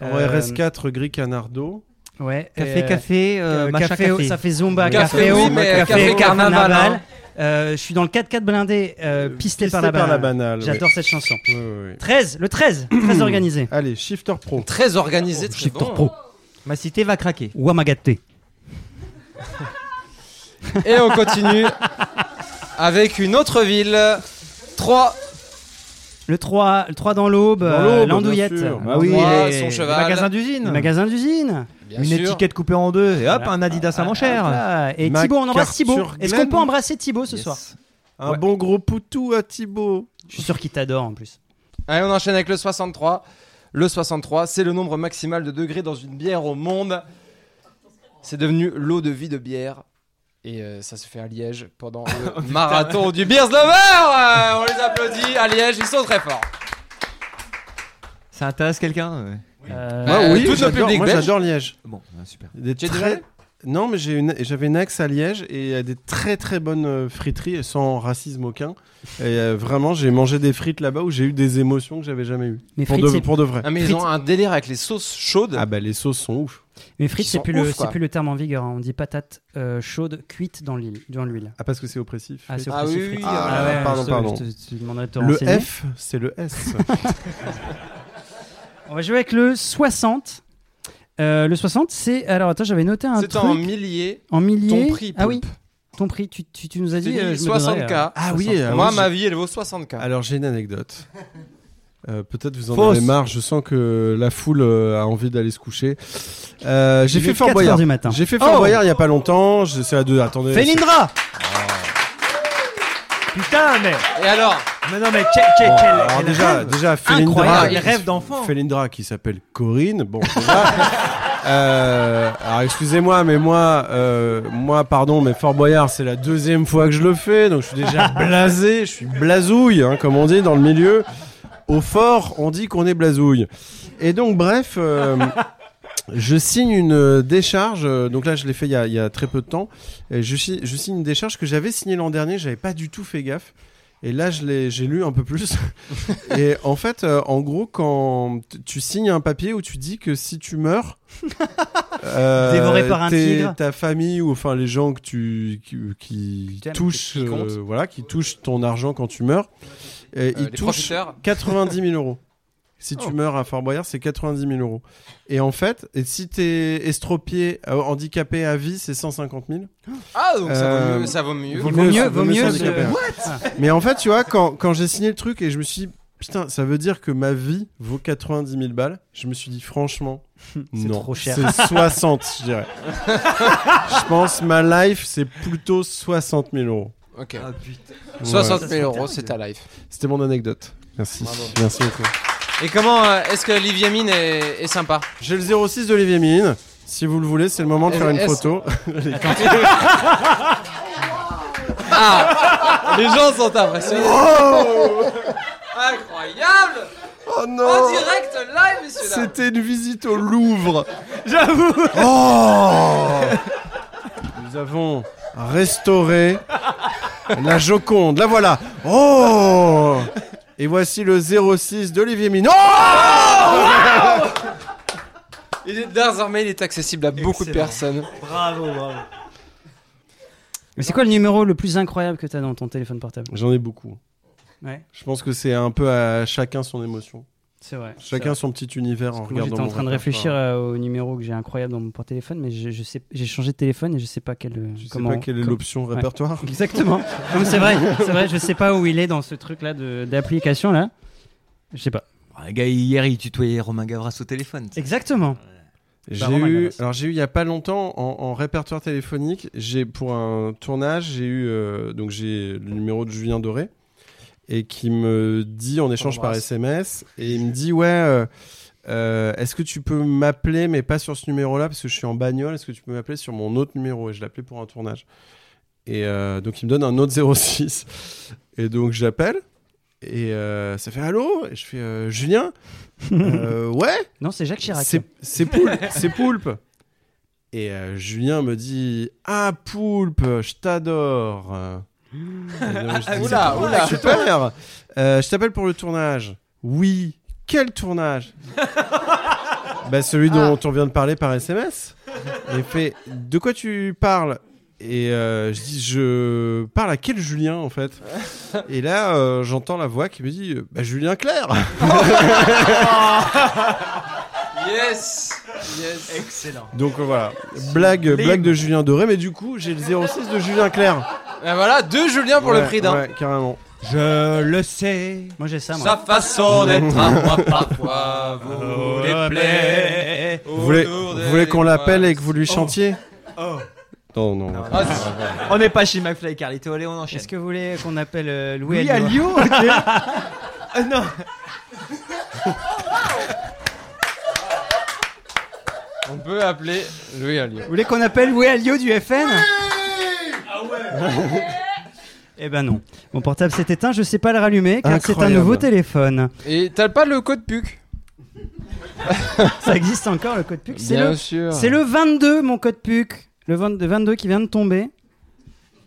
I: En
C: Euh,
I: RS4 gris canardo.
C: Ouais. euh,
H: Café, café, euh,
C: euh,
H: machin,
C: café,
H: café.
C: ça fait Zumba,
G: Café,
C: café,
G: oui,
C: au-
G: mais
C: café,
G: café
C: carnaval.
G: carnaval, hein.
C: Euh, je suis dans le 4-4 blindé, euh, pisté, par la
I: par
C: banane.
I: la banale. ouais.
C: J'adore cette chanson.
I: Ouais, ouais, ouais.
C: 13, le 13, très organisé.
I: Allez, Shifter Pro.
G: Très organisé, très
C: Shifter
G: bon.
C: Oh, Pro.
H: Ma cité va craquer.
C: Wamagaté.
G: Et on continue avec une autre ville. 3.
C: Le 3, le 3 dans l'aube,
I: Dans
C: euh,
I: l'aube,
C: l'andouillette.
I: bien sûr.
H: Bah oui,
G: Moi,
H: les-
G: son
H: les
G: cheval.
H: magasins
C: Le
H: d'usine.
C: magasin d'usine.
G: Bien
H: Une
G: sûr.
H: étiquette coupée en deux et hop,
C: Voilà.
H: un Adidas à mon cher.
C: Voilà. Et
I: Mac
C: Thibaut, on embrasse
I: Arthur
C: Thibaut. Est-ce qu'on
I: Glenn.
C: peut embrasser Thibaut ce soir
I: Un
C: Ouais.
I: bon gros poutou à Thibaut.
C: Je suis sûr qu'il t'adore en plus.
G: Allez, on enchaîne avec le 63. Le 63, c'est le nombre maximal de degrés dans une bière au monde. C'est devenu l'eau de vie de bière. Et euh, ça se fait à Liège pendant le marathon du Beers Lover Euh, On les applaudit à Liège, ils sont très forts.
H: Ça intéresse quelqu'un ouais.
C: Euh,
G: Ouais, Euh, oui, tout le
I: j'adore-
G: public
I: Moi
G: belge.
I: j'adore Liège.
H: Bon, ah, super.
I: Des
G: Tu es déjà
I: très-
G: allé
I: Non, mais j'ai une- j'avais une axe à Liège et il y a des très très bonnes euh, friteries et sans racisme aucun. Et euh, vraiment, j'ai mangé des frites là-bas où j'ai eu des émotions que j'avais jamais eues.
C: Mais
I: Pour
C: frites,
I: de,
C: c'est-
I: pour de vrai.
G: Ah, mais ils
C: Frites.
G: ont un délire avec les sauces chaudes.
I: Ah bah les sauces sont ouf.
C: Mais frites,
G: Ils
C: c'est
G: sont
C: plus, le-
G: ouf,
C: c'est
G: quoi.
C: plus le terme en vigueur. hein. On dit patate euh, chaude cuite dans l'huile. Dans l'huile.
I: Ah, parce que c'est oppressif.
C: Ah, c'est
G: Ah
C: offensif,
G: oui,
C: frites.
G: oui, ah,
I: ah,
C: je
I: pardon,
C: te-
I: pardon.
C: je te- tu demanderas de te
I: le
C: renseigner.
I: F, c'est le S.
C: On va jouer avec le 60. Euh, le 60, c'est. Alors attends, j'avais noté un
G: C'est
C: truc
G: en milliers.
C: en milliers.
G: Ton prix,
C: ah oui,
G: Poulpe.
C: ton prix. Tu, tu, tu nous as
G: J'ai
C: dit.
G: dit
C: euh, je me
G: 60K.
C: donnerais, euh,
I: Ah oui,
C: 60K.
I: euh,
G: Moi,
I: oui,
G: ma vie, elle vaut 60K.
I: Alors, j'ai une anecdote. Euh, Peut-être vous en
H: Fausse.
I: avez marre. Je sens que la foule euh, a envie d'aller se coucher. Euh, j'ai
C: Il
I: fait
C: est
I: Fort
C: 4
I: Boyard.
C: heures du matin.
I: J'ai fait Fort
C: Oh
I: Boyard il y a pas longtemps. Je- C'est à deux. Attendez.
H: Félindra Putain, mais.
G: Et alors
H: Mais non, mais check, check,
I: c'est-
H: quel-
J: Oh,
I: Alors
H: quel
I: déjà,
H: rêve.
I: déjà Félindra,
H: Incroyable, les rêves d'enfant.
I: Felindra qui s'appelle Corinne. Bon, déjà, euh, alors excusez-moi, mais moi, euh, moi, pardon, mais Fort Boyard, c'est la deuxième fois que je le fais, donc je suis déjà blasé, je suis blasouille, hein, comme on dit dans le milieu. Au fort, on dit qu'on est blasouille. Et donc, bref. euh, Je signe une euh, décharge, euh, donc là je l'ai fait il y, a, il y a très peu de temps. Et je, si- je signe une décharge que j'avais signée l'an dernier, j'avais pas du tout fait gaffe. Et là je l'ai- j'ai lu un peu plus. et en fait, euh, en gros, quand t- tu signes un papier où tu dis que si tu meurs, euh,
C: Dévoré par un
I: t'es-
C: tigre.
I: ta famille ou enfin les gens que tu qui, qui
H: Putain, mais
I: touchent,
G: qui comptent.
I: euh, voilà, qui touchent ton argent quand tu meurs, et
G: Euh,
I: ils
G: Les
I: touchent
G: profiteurs
I: 90 000 euros. Si tu
G: Oh.
I: meurs à Fort Boyard, c'est 90 000 euros. Et en fait, et si t'es estropié, euh, handicapé à vie, c'est 150 000.
G: Ah, donc ça vaut
I: Euh,
G: mieux. Ça vaut mieux.
I: vaut
C: Vaut mieux,
I: Vaut
C: vaut
I: mieux Ah.
C: mieux.
I: s'handicaper.
C: euh,
I: Mais en fait, tu vois, quand, quand j'ai signé le truc et je me suis dit, putain, ça veut dire que ma vie vaut 90 000 balles, je me suis dit, franchement,
C: C'est
I: non.
C: trop cher.
I: C'est 60, je dirais. je pense, ma life, c'est plutôt 60 000 euros.
G: Ok.
H: Ah, putain.
I: Ouais.
G: 60 000 euros, c'est ta life.
I: C'était mon anecdote. Merci.
G: Bravo.
I: Merci beaucoup.
G: Et comment euh, est-ce que Olivier Mine est, est sympa
I: J'ai le 06 d'Olivier Mine. Si vous le voulez, c'est le moment de
G: Et
I: faire une
G: est-ce-
I: photo.
G: Ah Les gens sont impressionnés. Incroyable
I: Oh
G: En
I: non
G: direct live, messieurs dames.
I: C'était une visite au Louvre.
C: J'avoue
I: Oh Nous avons restauré la Joconde. La voilà. Oh Et voici le 06 d'Olivier Oh. Minot.
G: Il est, désormais, il est accessible à beaucoup de
C: Excellent.
G: personnes.
C: Bravo, bravo. Mais c'est quoi le numéro le plus incroyable que t'as dans ton téléphone portable
I: J'en ai beaucoup.
C: Ouais,
I: Je pense que c'est un peu à chacun son émotion.
C: c'est vrai.
I: Chacun son petit univers en
C: Parce que Moi, j'étais
I: regardant
C: en
I: mon
C: train de
I: répertoire.
C: réfléchir euh, au numéro que j'ai incroyable dans mon téléphone, mais je, je sais, j'ai changé de téléphone et je sais pas quel. euh,
I: Je sais
C: comment,
I: pas quelle est
C: comme-
I: l'option répertoire.
C: Exactement. Non, mais c'est vrai, c'est vrai. Je sais pas où il est dans ce truc là de d'application là. Je sais pas.
J: Ah, Le gars, hier, il tutoyait Romain Gavras au téléphone. tu sais.
C: Exactement.
I: J'ai
C: Bah, Romain
I: eu,
C: Gavras.
I: alors j'ai eu il y a pas longtemps en, en répertoire téléphonique, j'ai pour un tournage, j'ai eu euh, donc j'ai le numéro de Julien Doré et qui me dit en échange par SMS et il me dit ouais euh, euh, est-ce que tu peux m'appeler mais pas sur ce numéro-là parce que je suis en bagnole, est-ce que tu peux m'appeler sur mon autre numéro et je l'appelais pour un tournage. Et euh, donc il me donne un autre 06 et donc je l'appelle et euh, ça fait allô et je fais euh, Julien Euh, ouais
C: Non, c'est Jacques Chirac.
I: c'est c'est poulpe, c'est poulpe. Et euh, Julien me dit Ah, poulpe, je t'adore. Et donc, je dis,
G: Ah, Oula, oula.
I: Super. Euh, je t'appelle pour le tournage. Oui. Quel tournage bah, Celui dont
G: Ah.
I: on vient de parler par SMS. Et il fait De quoi tu parles et euh, je dis, je parle à quel Julien en fait Et là, euh, j'entends la voix qui me dit, euh, bah, Julien Clerc
G: Yes Yes Excellent.
I: Donc euh, voilà, blague, blague de Julien Doré, mais du coup j'ai le 06 de Julien Clerc.
G: Et Ben voilà, deux Julien pour le
I: Ouais,
G: prix d'un.
I: Ouais, carrément.
H: Je le sais.
C: Moi j'ai ça. Moi.
G: Sa façon d'être à moi parfois vous les plaît.
I: Oh, Vous voulez, vous voulez qu'on l'appelle et que vous lui chantiez
J: Oh.
I: Non, non.
G: Ah, c'est-
J: On n'est pas chez McFly et Carlito, allez, on enchaîne.
C: Est-ce que vous voulez qu'on appelle euh, Louis
J: Oui, à
C: Alliot
J: Lyon, ok. Ah, non.
G: on peut appeler Louis Alliot.
C: Vous voulez qu'on appelle Louis Alliot du FN Eh ben non. Mon portable s'est éteint, je sais pas le rallumer car c'est un
I: Incroyable.
C: nouveau téléphone.
G: Et t'as pas le code PUC
C: Ça existe encore le code PUC C'est
G: Bien
C: le
G: sûr.
C: C'est le 22, mon code PUC. Le 20 le 22 qui vient de tomber.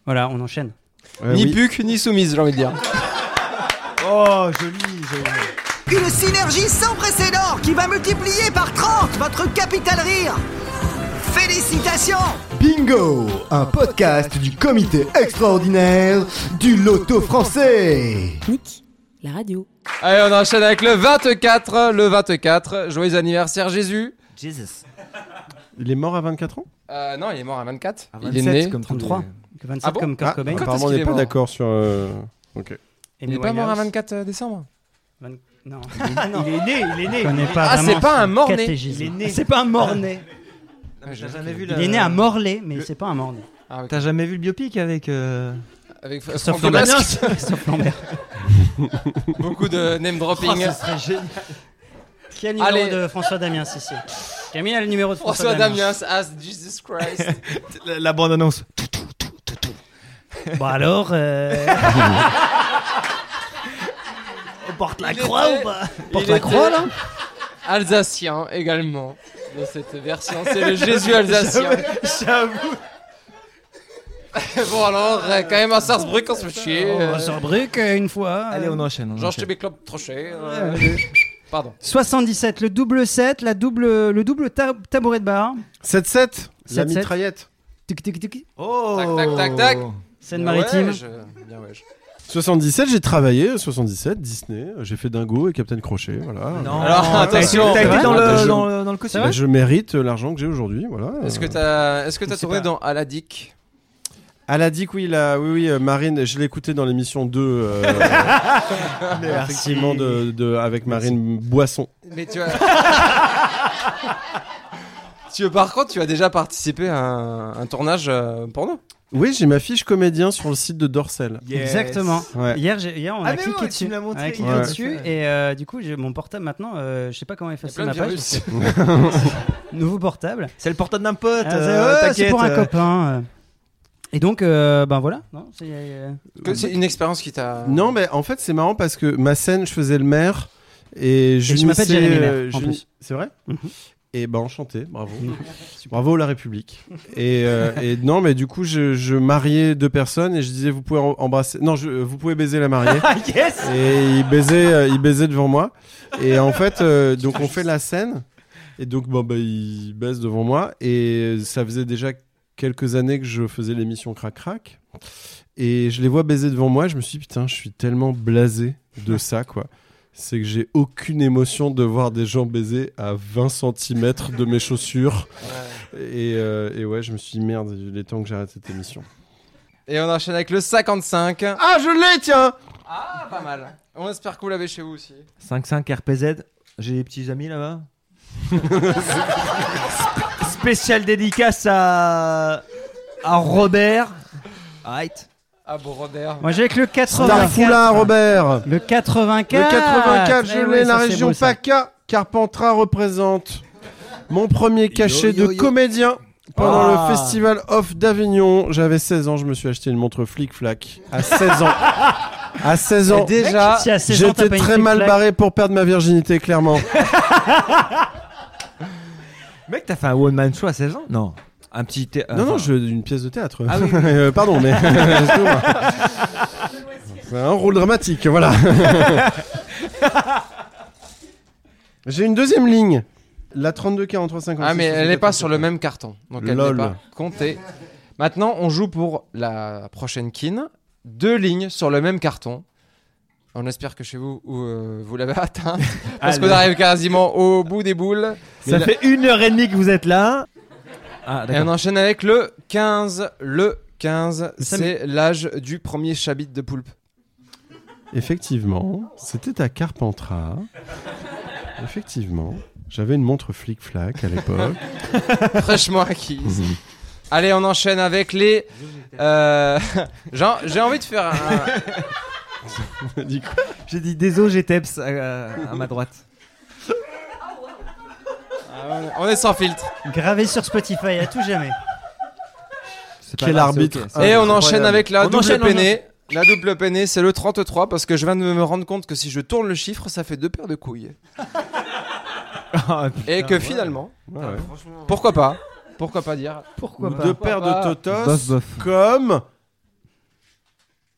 C: Voilà, on enchaîne.
I: Euh,
G: ni
I: oui.
G: PUC, ni soumise, j'ai envie de dire.
J: Oh, joli, joli.
K: Une synergie sans précédent qui va multiplier par 30 votre capital rire. Félicitations
E: Bingo, un podcast du comité extraordinaire du loto français.
B: Nick, la radio.
G: Allez, on enchaîne avec le 24. Le 24, joyeux anniversaire Jésus.
J: Jesus.
I: Il est mort à 24 ans
G: Euh, non, il est mort à 24.
J: À
G: il est
J: 27,
G: né.
J: comme tous les-
C: 33. Le 27
G: Ah bon
C: comme Kurt
I: Ah,
C: Cobain.
G: Quand
I: Apparemment on
G: est-ce
I: n'est
G: qu'il
I: pas
G: est
I: d'accord sur... euh, Ok.
G: Il n'est pas mort à 24 euh, décembre
C: Vingt- Non.
J: Ah
H: Il est né, il est né.
C: Je connais pas
G: Ah, c'est
C: vraiment
G: pas
C: son
G: un mort-né.
C: catéchisme.
H: Il est né. Euh,
C: C'est pas un mort-né.
J: Non, mais T'as jamais vu
C: Il
J: la-
C: est né à Morlaix, mais c'est pas un mort-né.
G: Ah, ok.
J: T'as jamais vu le biopic avec. euh,
G: Avec Fr-
C: Christophe
G: Franck Damas,
C: Christophe Lambert.
G: beaucoup de name
C: Oh,
G: dropping.
C: Qui a le numéro
G: Allez.
C: de François Damiens ici Camille a le numéro de François,
G: François Damiens as Jesus Christ.
J: La, la bande-annonce.
C: Bon alors, euh,
J: On porte
G: la croix ou pas
C: porte
G: Il
C: la
G: était
C: croix là
G: Alsacien également. Dans cette version, c'est le Jésus alsacien.
J: J'avoue.
G: bon alors, euh, quand même à Sarsbruck, on se fait chier.
C: On
G: Euh,
C: va sur Bruck euh, une fois.
J: Allez,
C: euh.
J: on enchaîne. On
G: Georges
J: enchaîne.
G: Tébéclop Trochet. euh, Pardon.
C: 77, le double 7, la double, le double ta- tabouret de bar.
I: 7-7 La
C: 7-7.
I: mitraillette.
C: Tic, tic, tic.
J: Oh.
G: Tac, tac, tac, tac.
C: Seine-Maritime.
G: Ouais, je- Bien, ouais, je-
I: 77, j'ai travaillé. 77, Disney. J'ai fait Dingo et Captain Crochet. Voilà.
J: Non,
G: Alors,
J: t'as-
G: attention.
J: T'as été dans le,
I: Attention.
J: dans le, dans le costume.
I: Bah, je mérite l'argent que j'ai aujourd'hui. Voilà.
G: Est-ce que t'as, est-ce que
C: Je
G: t'as
C: sais
G: tourné
C: pas.
G: dans Aladic
I: Elle a dit que oui, là, oui, oui, euh, Marine, je l'ai écouté dans l'émission 2, euh, effectivement, de, de- avec Marine Boisson.
G: Mais tu as. tu, par contre, tu as déjà participé à un, un tournage euh, porno.
I: Oui, j'ai ma fiche comédien sur le site de Dorsel.
C: Exactement.
I: Ouais.
C: Hier, j'ai- hier, on
J: Ah,
C: a
J: mais
C: cliqué
J: ouais, tu
C: dessus.
J: me l'as montré
C: On a cliqué
I: hier.
C: dessus et euh, du coup, j'ai mon portable maintenant. euh, je sais pas comment effacer
G: Plein de
C: ma page.
G: virus.
C: Nouveau portable.
J: C'est le portable d'un pote.
C: Ah, c'est-
J: euh,
C: ouais,
J: t'inquiète,
C: c'est pour un
J: euh,
C: copain. euh. Et donc, euh, ben voilà. non, c'est, euh,
G: Que C'est une expérience qui t'a.
I: Non, mais en fait, c'est marrant parce que ma scène, je faisais le maire et je
C: je
I: unissais,
C: m'appelle Jérémy Maire,
I: euh,
C: en
I: je-
C: plus. Mhm.
I: C'est vrai Et ben enchanté, bravo. bravo la République. Et, euh, et non, mais du coup, je, je mariais deux personnes et je disais, vous pouvez em- embrasser. Non, je, vous pouvez baiser la mariée.
C: Ah,
J: Yes
I: Et il baisait, euh, il baisait devant moi. Et en fait, euh, donc on fait la scène. Et donc, bon, bah, il baisse devant moi. Et ça faisait déjà quelques années que je faisais l'émission Crac Crac. Et je les vois baiser devant moi. Je me suis dit, putain, je suis tellement blasé de ça, quoi. C'est que j'ai aucune émotion de voir des gens baiser à 20 cm de mes chaussures. Et, euh, et ouais, je me suis dit, merde, il est temps que j'arrête cette émission.
G: Et on enchaîne avec le 55.
I: Ah, je l'ai, tiens
G: Ah, pas mal. On espère que vous l'avez chez vous aussi.
H: 5-5 RPZ, j'ai des petits amis là-bas. Sp- Spéciale dédicace à. à Robert. Arrête.
G: Ah, bon, Robert.
C: Moi, j'ai avec le 84.
I: Starfoulin, Robert
C: Le 84.
I: Le 84, je
C: Eh
I: l'ai,
C: ouais,
I: la
C: ça, c'est
I: région
C: beau, ça.
I: PACA. Carpentras représente mon premier cachet
H: yo,
I: de
H: yo.
I: comédien. Pendant
H: Ah.
I: le Festival Off d'Avignon, j'avais 16 ans, je me suis acheté une montre flic-flac. À 16 ans. À 16 ans.
G: Déjà,
C: Si à 16 ans,
I: J'étais
C: t'as pas une
I: très
C: petite
I: mal
C: claque,
I: barré pour perdre ma virginité, clairement.
H: Mec, t'as fait un one-man show à 16 ans Non. Un petit. thé- euh,
G: Ah,
I: Non, non,
H: enfin,
I: je, une pièce de théâtre.
H: Ah oui, oui.
I: Euh, pardon, mais. excuse-moi. C'est un rôle dramatique, voilà. J'ai une deuxième ligne. La 32 43 56.
G: Ah, mais elle n'est pas sur le même carton. Donc elle n'est
I: Lol.
G: pas comptée. Maintenant, on joue pour la prochaine kin. Deux lignes sur le même carton. On espère que chez vous, ou, euh, vous l'avez atteint. Parce qu'on arrive quasiment au bout des boules.
H: Ça fait une heure et demie que vous êtes là. Ah,
G: Et on enchaîne avec le 15. Le 15,
C: Ça
G: c'est l'âge du premier chabit de poulpe.
I: Effectivement, c'était à Carpentras. Effectivement, j'avais une montre flic-flac à l'époque.
G: Fraîchement acquise. Allez, on enchaîne avec les. euh, Jean, j'ai envie de faire un.
I: Dis quoi
H: J'ai dit désolé, j'ai Teps à, à ma droite.
G: On est sans filtre.
C: Gravé sur Spotify à tout jamais.
H: C'est pas
I: Quel
H: grave, c'est
I: arbitre
H: ok, ça.
I: Ah,
G: Et
I: c'est
G: on enchaîne
I: incroyable.
G: avec la
H: On
G: double
H: enchaîne, on
G: peinée. La double peinée, c'est le 33 parce que je viens de me rendre compte que si je tourne le chiffre, ça fait deux paires de couilles.
H: Ah,
G: Et que finalement,
I: Ouais, ouais.
G: pourquoi pas Pourquoi pas dire
C: Pourquoi pas
I: Deux paires de totos
H: Bof, bof.
I: comme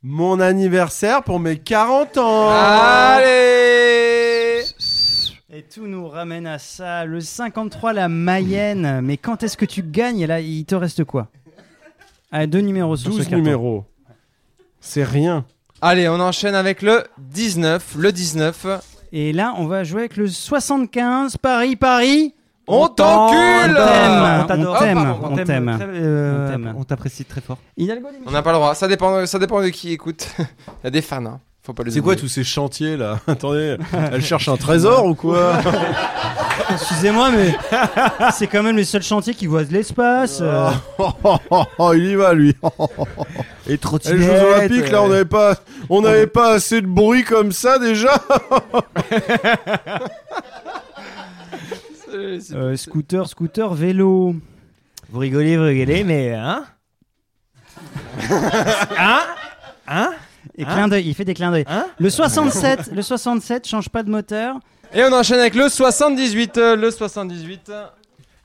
I: mon anniversaire pour mes 40 ans.
G: Ah.
H: Ah.
G: Allez
C: Et tout nous ramène à ça. Le 53, la Mayenne. Mais quand est-ce que tu gagnes Là, il te reste quoi Ah, deux numéros sur ce
I: 12
C: carton.
I: numéros. C'est rien.
G: Allez, on enchaîne avec le 19. Le 19,
C: Et là, on va jouer avec le 75, Paris, Paris.
G: on
C: On
G: t'encule
C: t'aime,
G: t'adore.
C: on t'aime,
G: Oh, pardon,
C: on t'aime.
H: très- euh,
C: On t'aime.
H: On t'apprécie très fort.
C: Hidalgo, les
G: On n'a pas le droit, ça dépend, ça dépend de qui écoute. Il y a des fans, hein. faut pas les
I: C'est quoi
G: oublier.
I: tous ces chantiers là Attendez, elle cherche un trésor ou quoi
C: mecs, Excusez-moi, mais c'est quand même le seul chantier qui voit de l'espace. euh.
I: Oh, oh, oh, oh, Il y va lui.
H: Et
I: Et euh, les
H: trottinette.
I: Jeux Olympiques là, on n'avait pas, on n'avait pas assez de bruit comme ça déjà.
G: Euh, c'est-
C: Euh, scooter, scooter, vélo.
H: Vous rigolez, vous rigolez, mais hein Hein Hein
C: Et
H: Hein
C: clin d'œil, il fait des clins d'œil.
H: Hein
C: le 67, le 67, change pas de moteur.
G: Et on enchaîne avec le 78. euh, Le 78.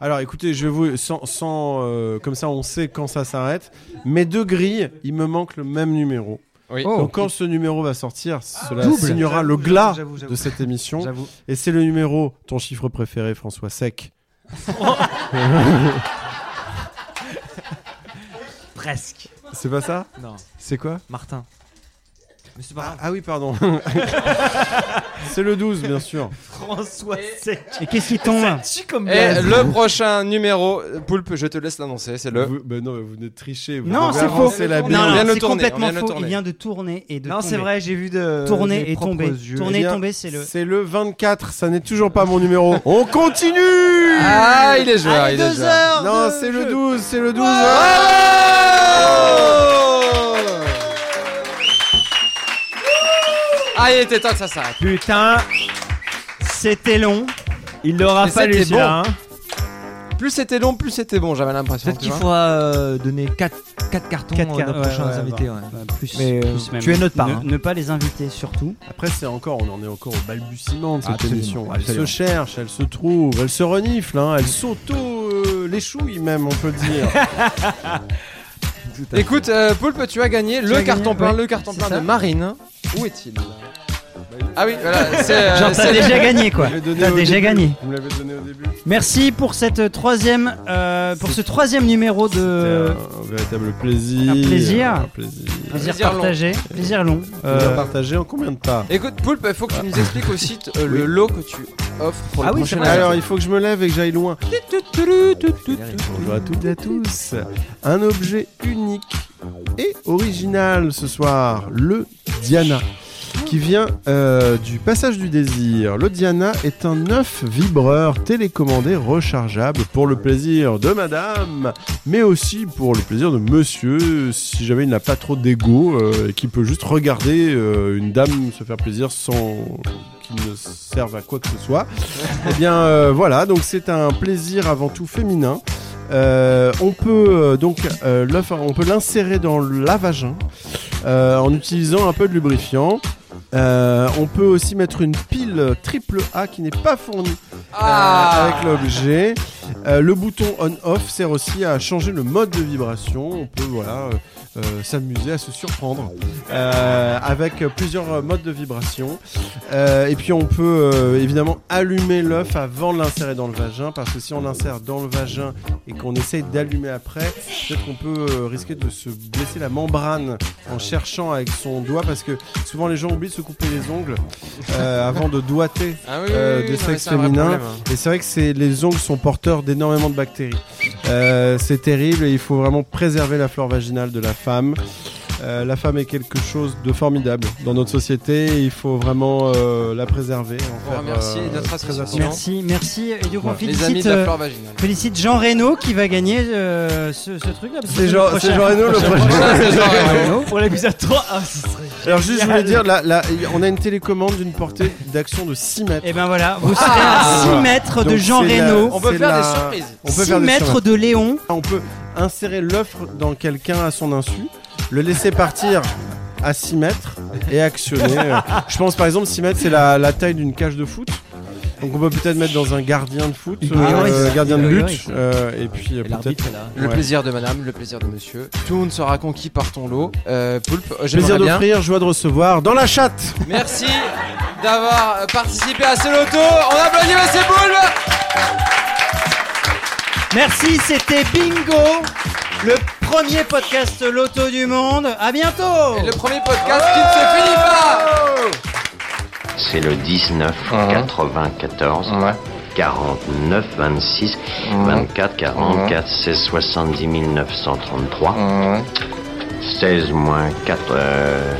I: Alors écoutez, je vais vous, sans, sans, euh, comme ça, on sait quand ça s'arrête. Mes deux grilles, il me manque le même numéro.
G: Oui.
I: Donc quand ce numéro va sortir, cela
H: double.
I: signera le
H: J'avoue,
I: glas
H: j'avoue, j'avoue.
I: de cette émission.
H: J'avoue.
I: Et c'est le numéro, ton chiffre préféré, François Sec.
H: Presque.
I: C'est pas ça
H: Non,
I: C'est quoi
H: Martin. Mais c'est pas
I: ah,
H: grave.
I: ah oui, pardon. c'est le 12, bien sûr.
H: François, c'est
C: Et qu'est-ce qui tombe
H: tu comme
G: Et Eh, le prochain numéro, euh, Poulpe, je te laisse l'annoncer, c'est le.
I: Vous, ben non, vous venez de tricher. Vous
C: Non,
I: avez
C: c'est
I: avancé
G: faux.
I: La
G: Non,
I: bille.
G: non, vient de le
C: c'est
G: tourner, on
C: complètement
G: vient de le
C: faux.
G: tourner.
C: Il vient de tourner et de
H: Non, c'est
C: tomber.
H: vrai, j'ai vu de.
C: Tourner
H: mes
C: et
H: propres
C: tomber.
H: yeux.
C: Tourner
I: Eh
C: et
I: bien,
C: tomber, c'est le.
I: C'est le 24, ça n'est toujours pas mon numéro. On continue
G: Ah, il est joueur,
C: Allez,
G: il est
C: deux
G: joueur.
C: heures
G: Oh
I: Non,
C: de
I: c'est
C: jeu.
I: le 12, c'est le 12.
G: Ah, il était temps que ça s'arrête.
H: Putain,
C: C'était long.
H: il aura
G: Mais
H: fallu
G: c'était
H: celui-là. hein.
G: Plus c'était long, plus c'était bon, j'avais l'impression.
L: Peut-être
G: tu
L: qu'il
G: vois.
L: faudra euh, donner 4, cartons
C: Quatre
L: à
C: cartes,
L: nos
C: ouais,
L: prochains
C: ouais,
L: invités.
C: bah,
L: ouais.
C: bah, plus-
L: Mais, euh,
C: plus même.
L: tu es notre part.
C: Ne-
L: hein.
C: ne pas les inviter surtout.
I: Après, c'est encore, on en est encore au balbutiement de cette
L: Absolument,
I: émission. Elle
L: absolument.
I: se cherche, elle se trouve, elle se renifle, hein, elle s'auto euh, l'échouille même, on peut le dire.
G: Écoute, euh, Poulpe, tu as gagné
I: Tu
G: le
I: as
G: carton
I: gagné,
G: plein,
I: ouais.
G: le carton
I: C'est
G: plein
I: ça.
G: de Marine. Où est-il Ah oui, voilà. c'est, euh,
C: Genre, t'as
G: c'est-
C: déjà gagné, quoi.
I: Je l'ai donné
C: T'as
I: au
C: déjà
I: début.
C: gagné.
I: Vous me l'avez donné au début.
C: Merci pour cette troisième, euh, pour ce troisième numéro de
I: Un véritable plaisir.
C: Euh, Un plaisir.
I: Un plaisir.
C: plaisir partagé, plaisir long.
I: Plaisir
C: Euh,
I: partagé en combien de parts
G: Écoute, Poulpe, il faut que tu nous expliques aussi t- euh, le
I: Oui. Ah
G: lot que tu offres pour le prochain
I: Alors, il faut que je me lève et que j'aille loin. Bonjour à toutes et à tous. Un objet unique et original ce soir, le Diana, qui vient euh, du passage du désir. Le Diana est un œuf vibreur télécommandé rechargeable pour le plaisir de madame, mais aussi pour le plaisir de monsieur, si jamais il n'a pas trop d'ego euh, et qu'il peut juste regarder euh, une dame se faire plaisir sans qu'il ne serve à quoi que ce soit. Eh bien euh, voilà, donc c'est un plaisir avant tout féminin. Euh, on peut euh, donc euh, l'œuf, on peut l'insérer dans le lavagin euh, en utilisant un peu de lubrifiant. Euh, on peut aussi mettre une pile triple A qui n'est pas fournie euh,
G: Ah.
I: avec l'objet. Euh, le bouton on/off sert aussi à changer le mode de vibration. On peut voilà euh, euh, s'amuser à se surprendre euh, avec plusieurs euh, modes de vibration. Euh, et puis on peut euh, évidemment allumer l'œuf avant de l'insérer dans le vagin parce que si on l'insère dans le vagin et qu'on essaye d'allumer après, peut-être qu'on peut euh, risquer de se blesser la membrane en cherchant avec son doigt parce que souvent les gens oublient de se couper les ongles euh, avant de doigter
G: Ah oui,
I: euh,
G: oui, oui,
I: des
G: non, mais
I: sexes
G: c'est un vrai
I: féminins.
G: problème. hein.
I: Et c'est vrai que c'est- les ongles sont porteurs d'énormément de bactéries. Euh, c'est terrible et il faut vraiment préserver la flore vaginale de la femme. Euh, la femme est quelque chose de formidable dans notre société. et Il faut vraiment euh, la préserver. en
G: On
I: faire,
G: remercie
I: euh,
G: notre
I: très
G: association.
I: attention.
C: Merci, merci. Et donc on
I: Voilà.
G: Les
C: félicite,
G: amis de la
C: euh,
G: flore vaginale.
C: félicite Jean Reno qui va gagner euh, ce, ce truc-là. parce que
I: C'est Jean-
C: le prochain-
I: c'est Jean Reno, le prochain. C'est Jean Reno.
J: Pour l'épisode 3, ah, ce serait
I: Alors juste, je voulais
J: génial.
I: dire, là, là, on a une télécommande d'une portée d'action de 6 mètres.
C: Et ben voilà,
I: Ah.
C: vous serez à 6 mètres de Jean Reno.
I: Reno. On peut
C: 6
I: faire des
C: mètres
I: surprises.
C: de Léon.
I: On peut insérer l'offre dans quelqu'un à son insu, le laisser partir à 6 mètres et actionner. Euh, Je pense par exemple 6 mètres c'est la, la taille d'une cage de foot. Donc on peut peut-être mettre dans un gardien de foot,
L: Il
I: euh,
L: mérite.
I: euh, gardien de
L: Il
I: but,
L: mérite.
I: euh, et puis euh,
L: Et l'arbitre
I: peut-être
L: est là.
G: Le
I: Ouais.
G: plaisir de madame, le plaisir de monsieur. Tout le monde sera conquis par ton lot. Euh, Poulpe, euh, j'aimerais
I: Plaisir
G: bien.
I: d'offrir, joie de recevoir dans la chatte.
G: Merci d'avoir participé à ce loto. On applaudit Monsieur Poulpe.
C: Merci, c'était Bingo, le premier podcast loto du monde. À bientôt.
G: Et le premier podcast qui ne se finit pas.
M: C'est le 19 94 49 26 24 44 c'est 70 933 16 moins 4 euh...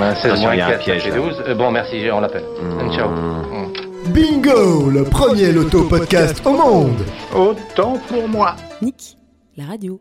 N: Ben,
M: attention, il y a un piège, là.
N: Euh,
M: Hmm.
N: bon, merci, on l'appelle. Ciao.
E: Bingo, le premier loto podcast au monde.
N: Autant pour moi.
O: Nick, la radio.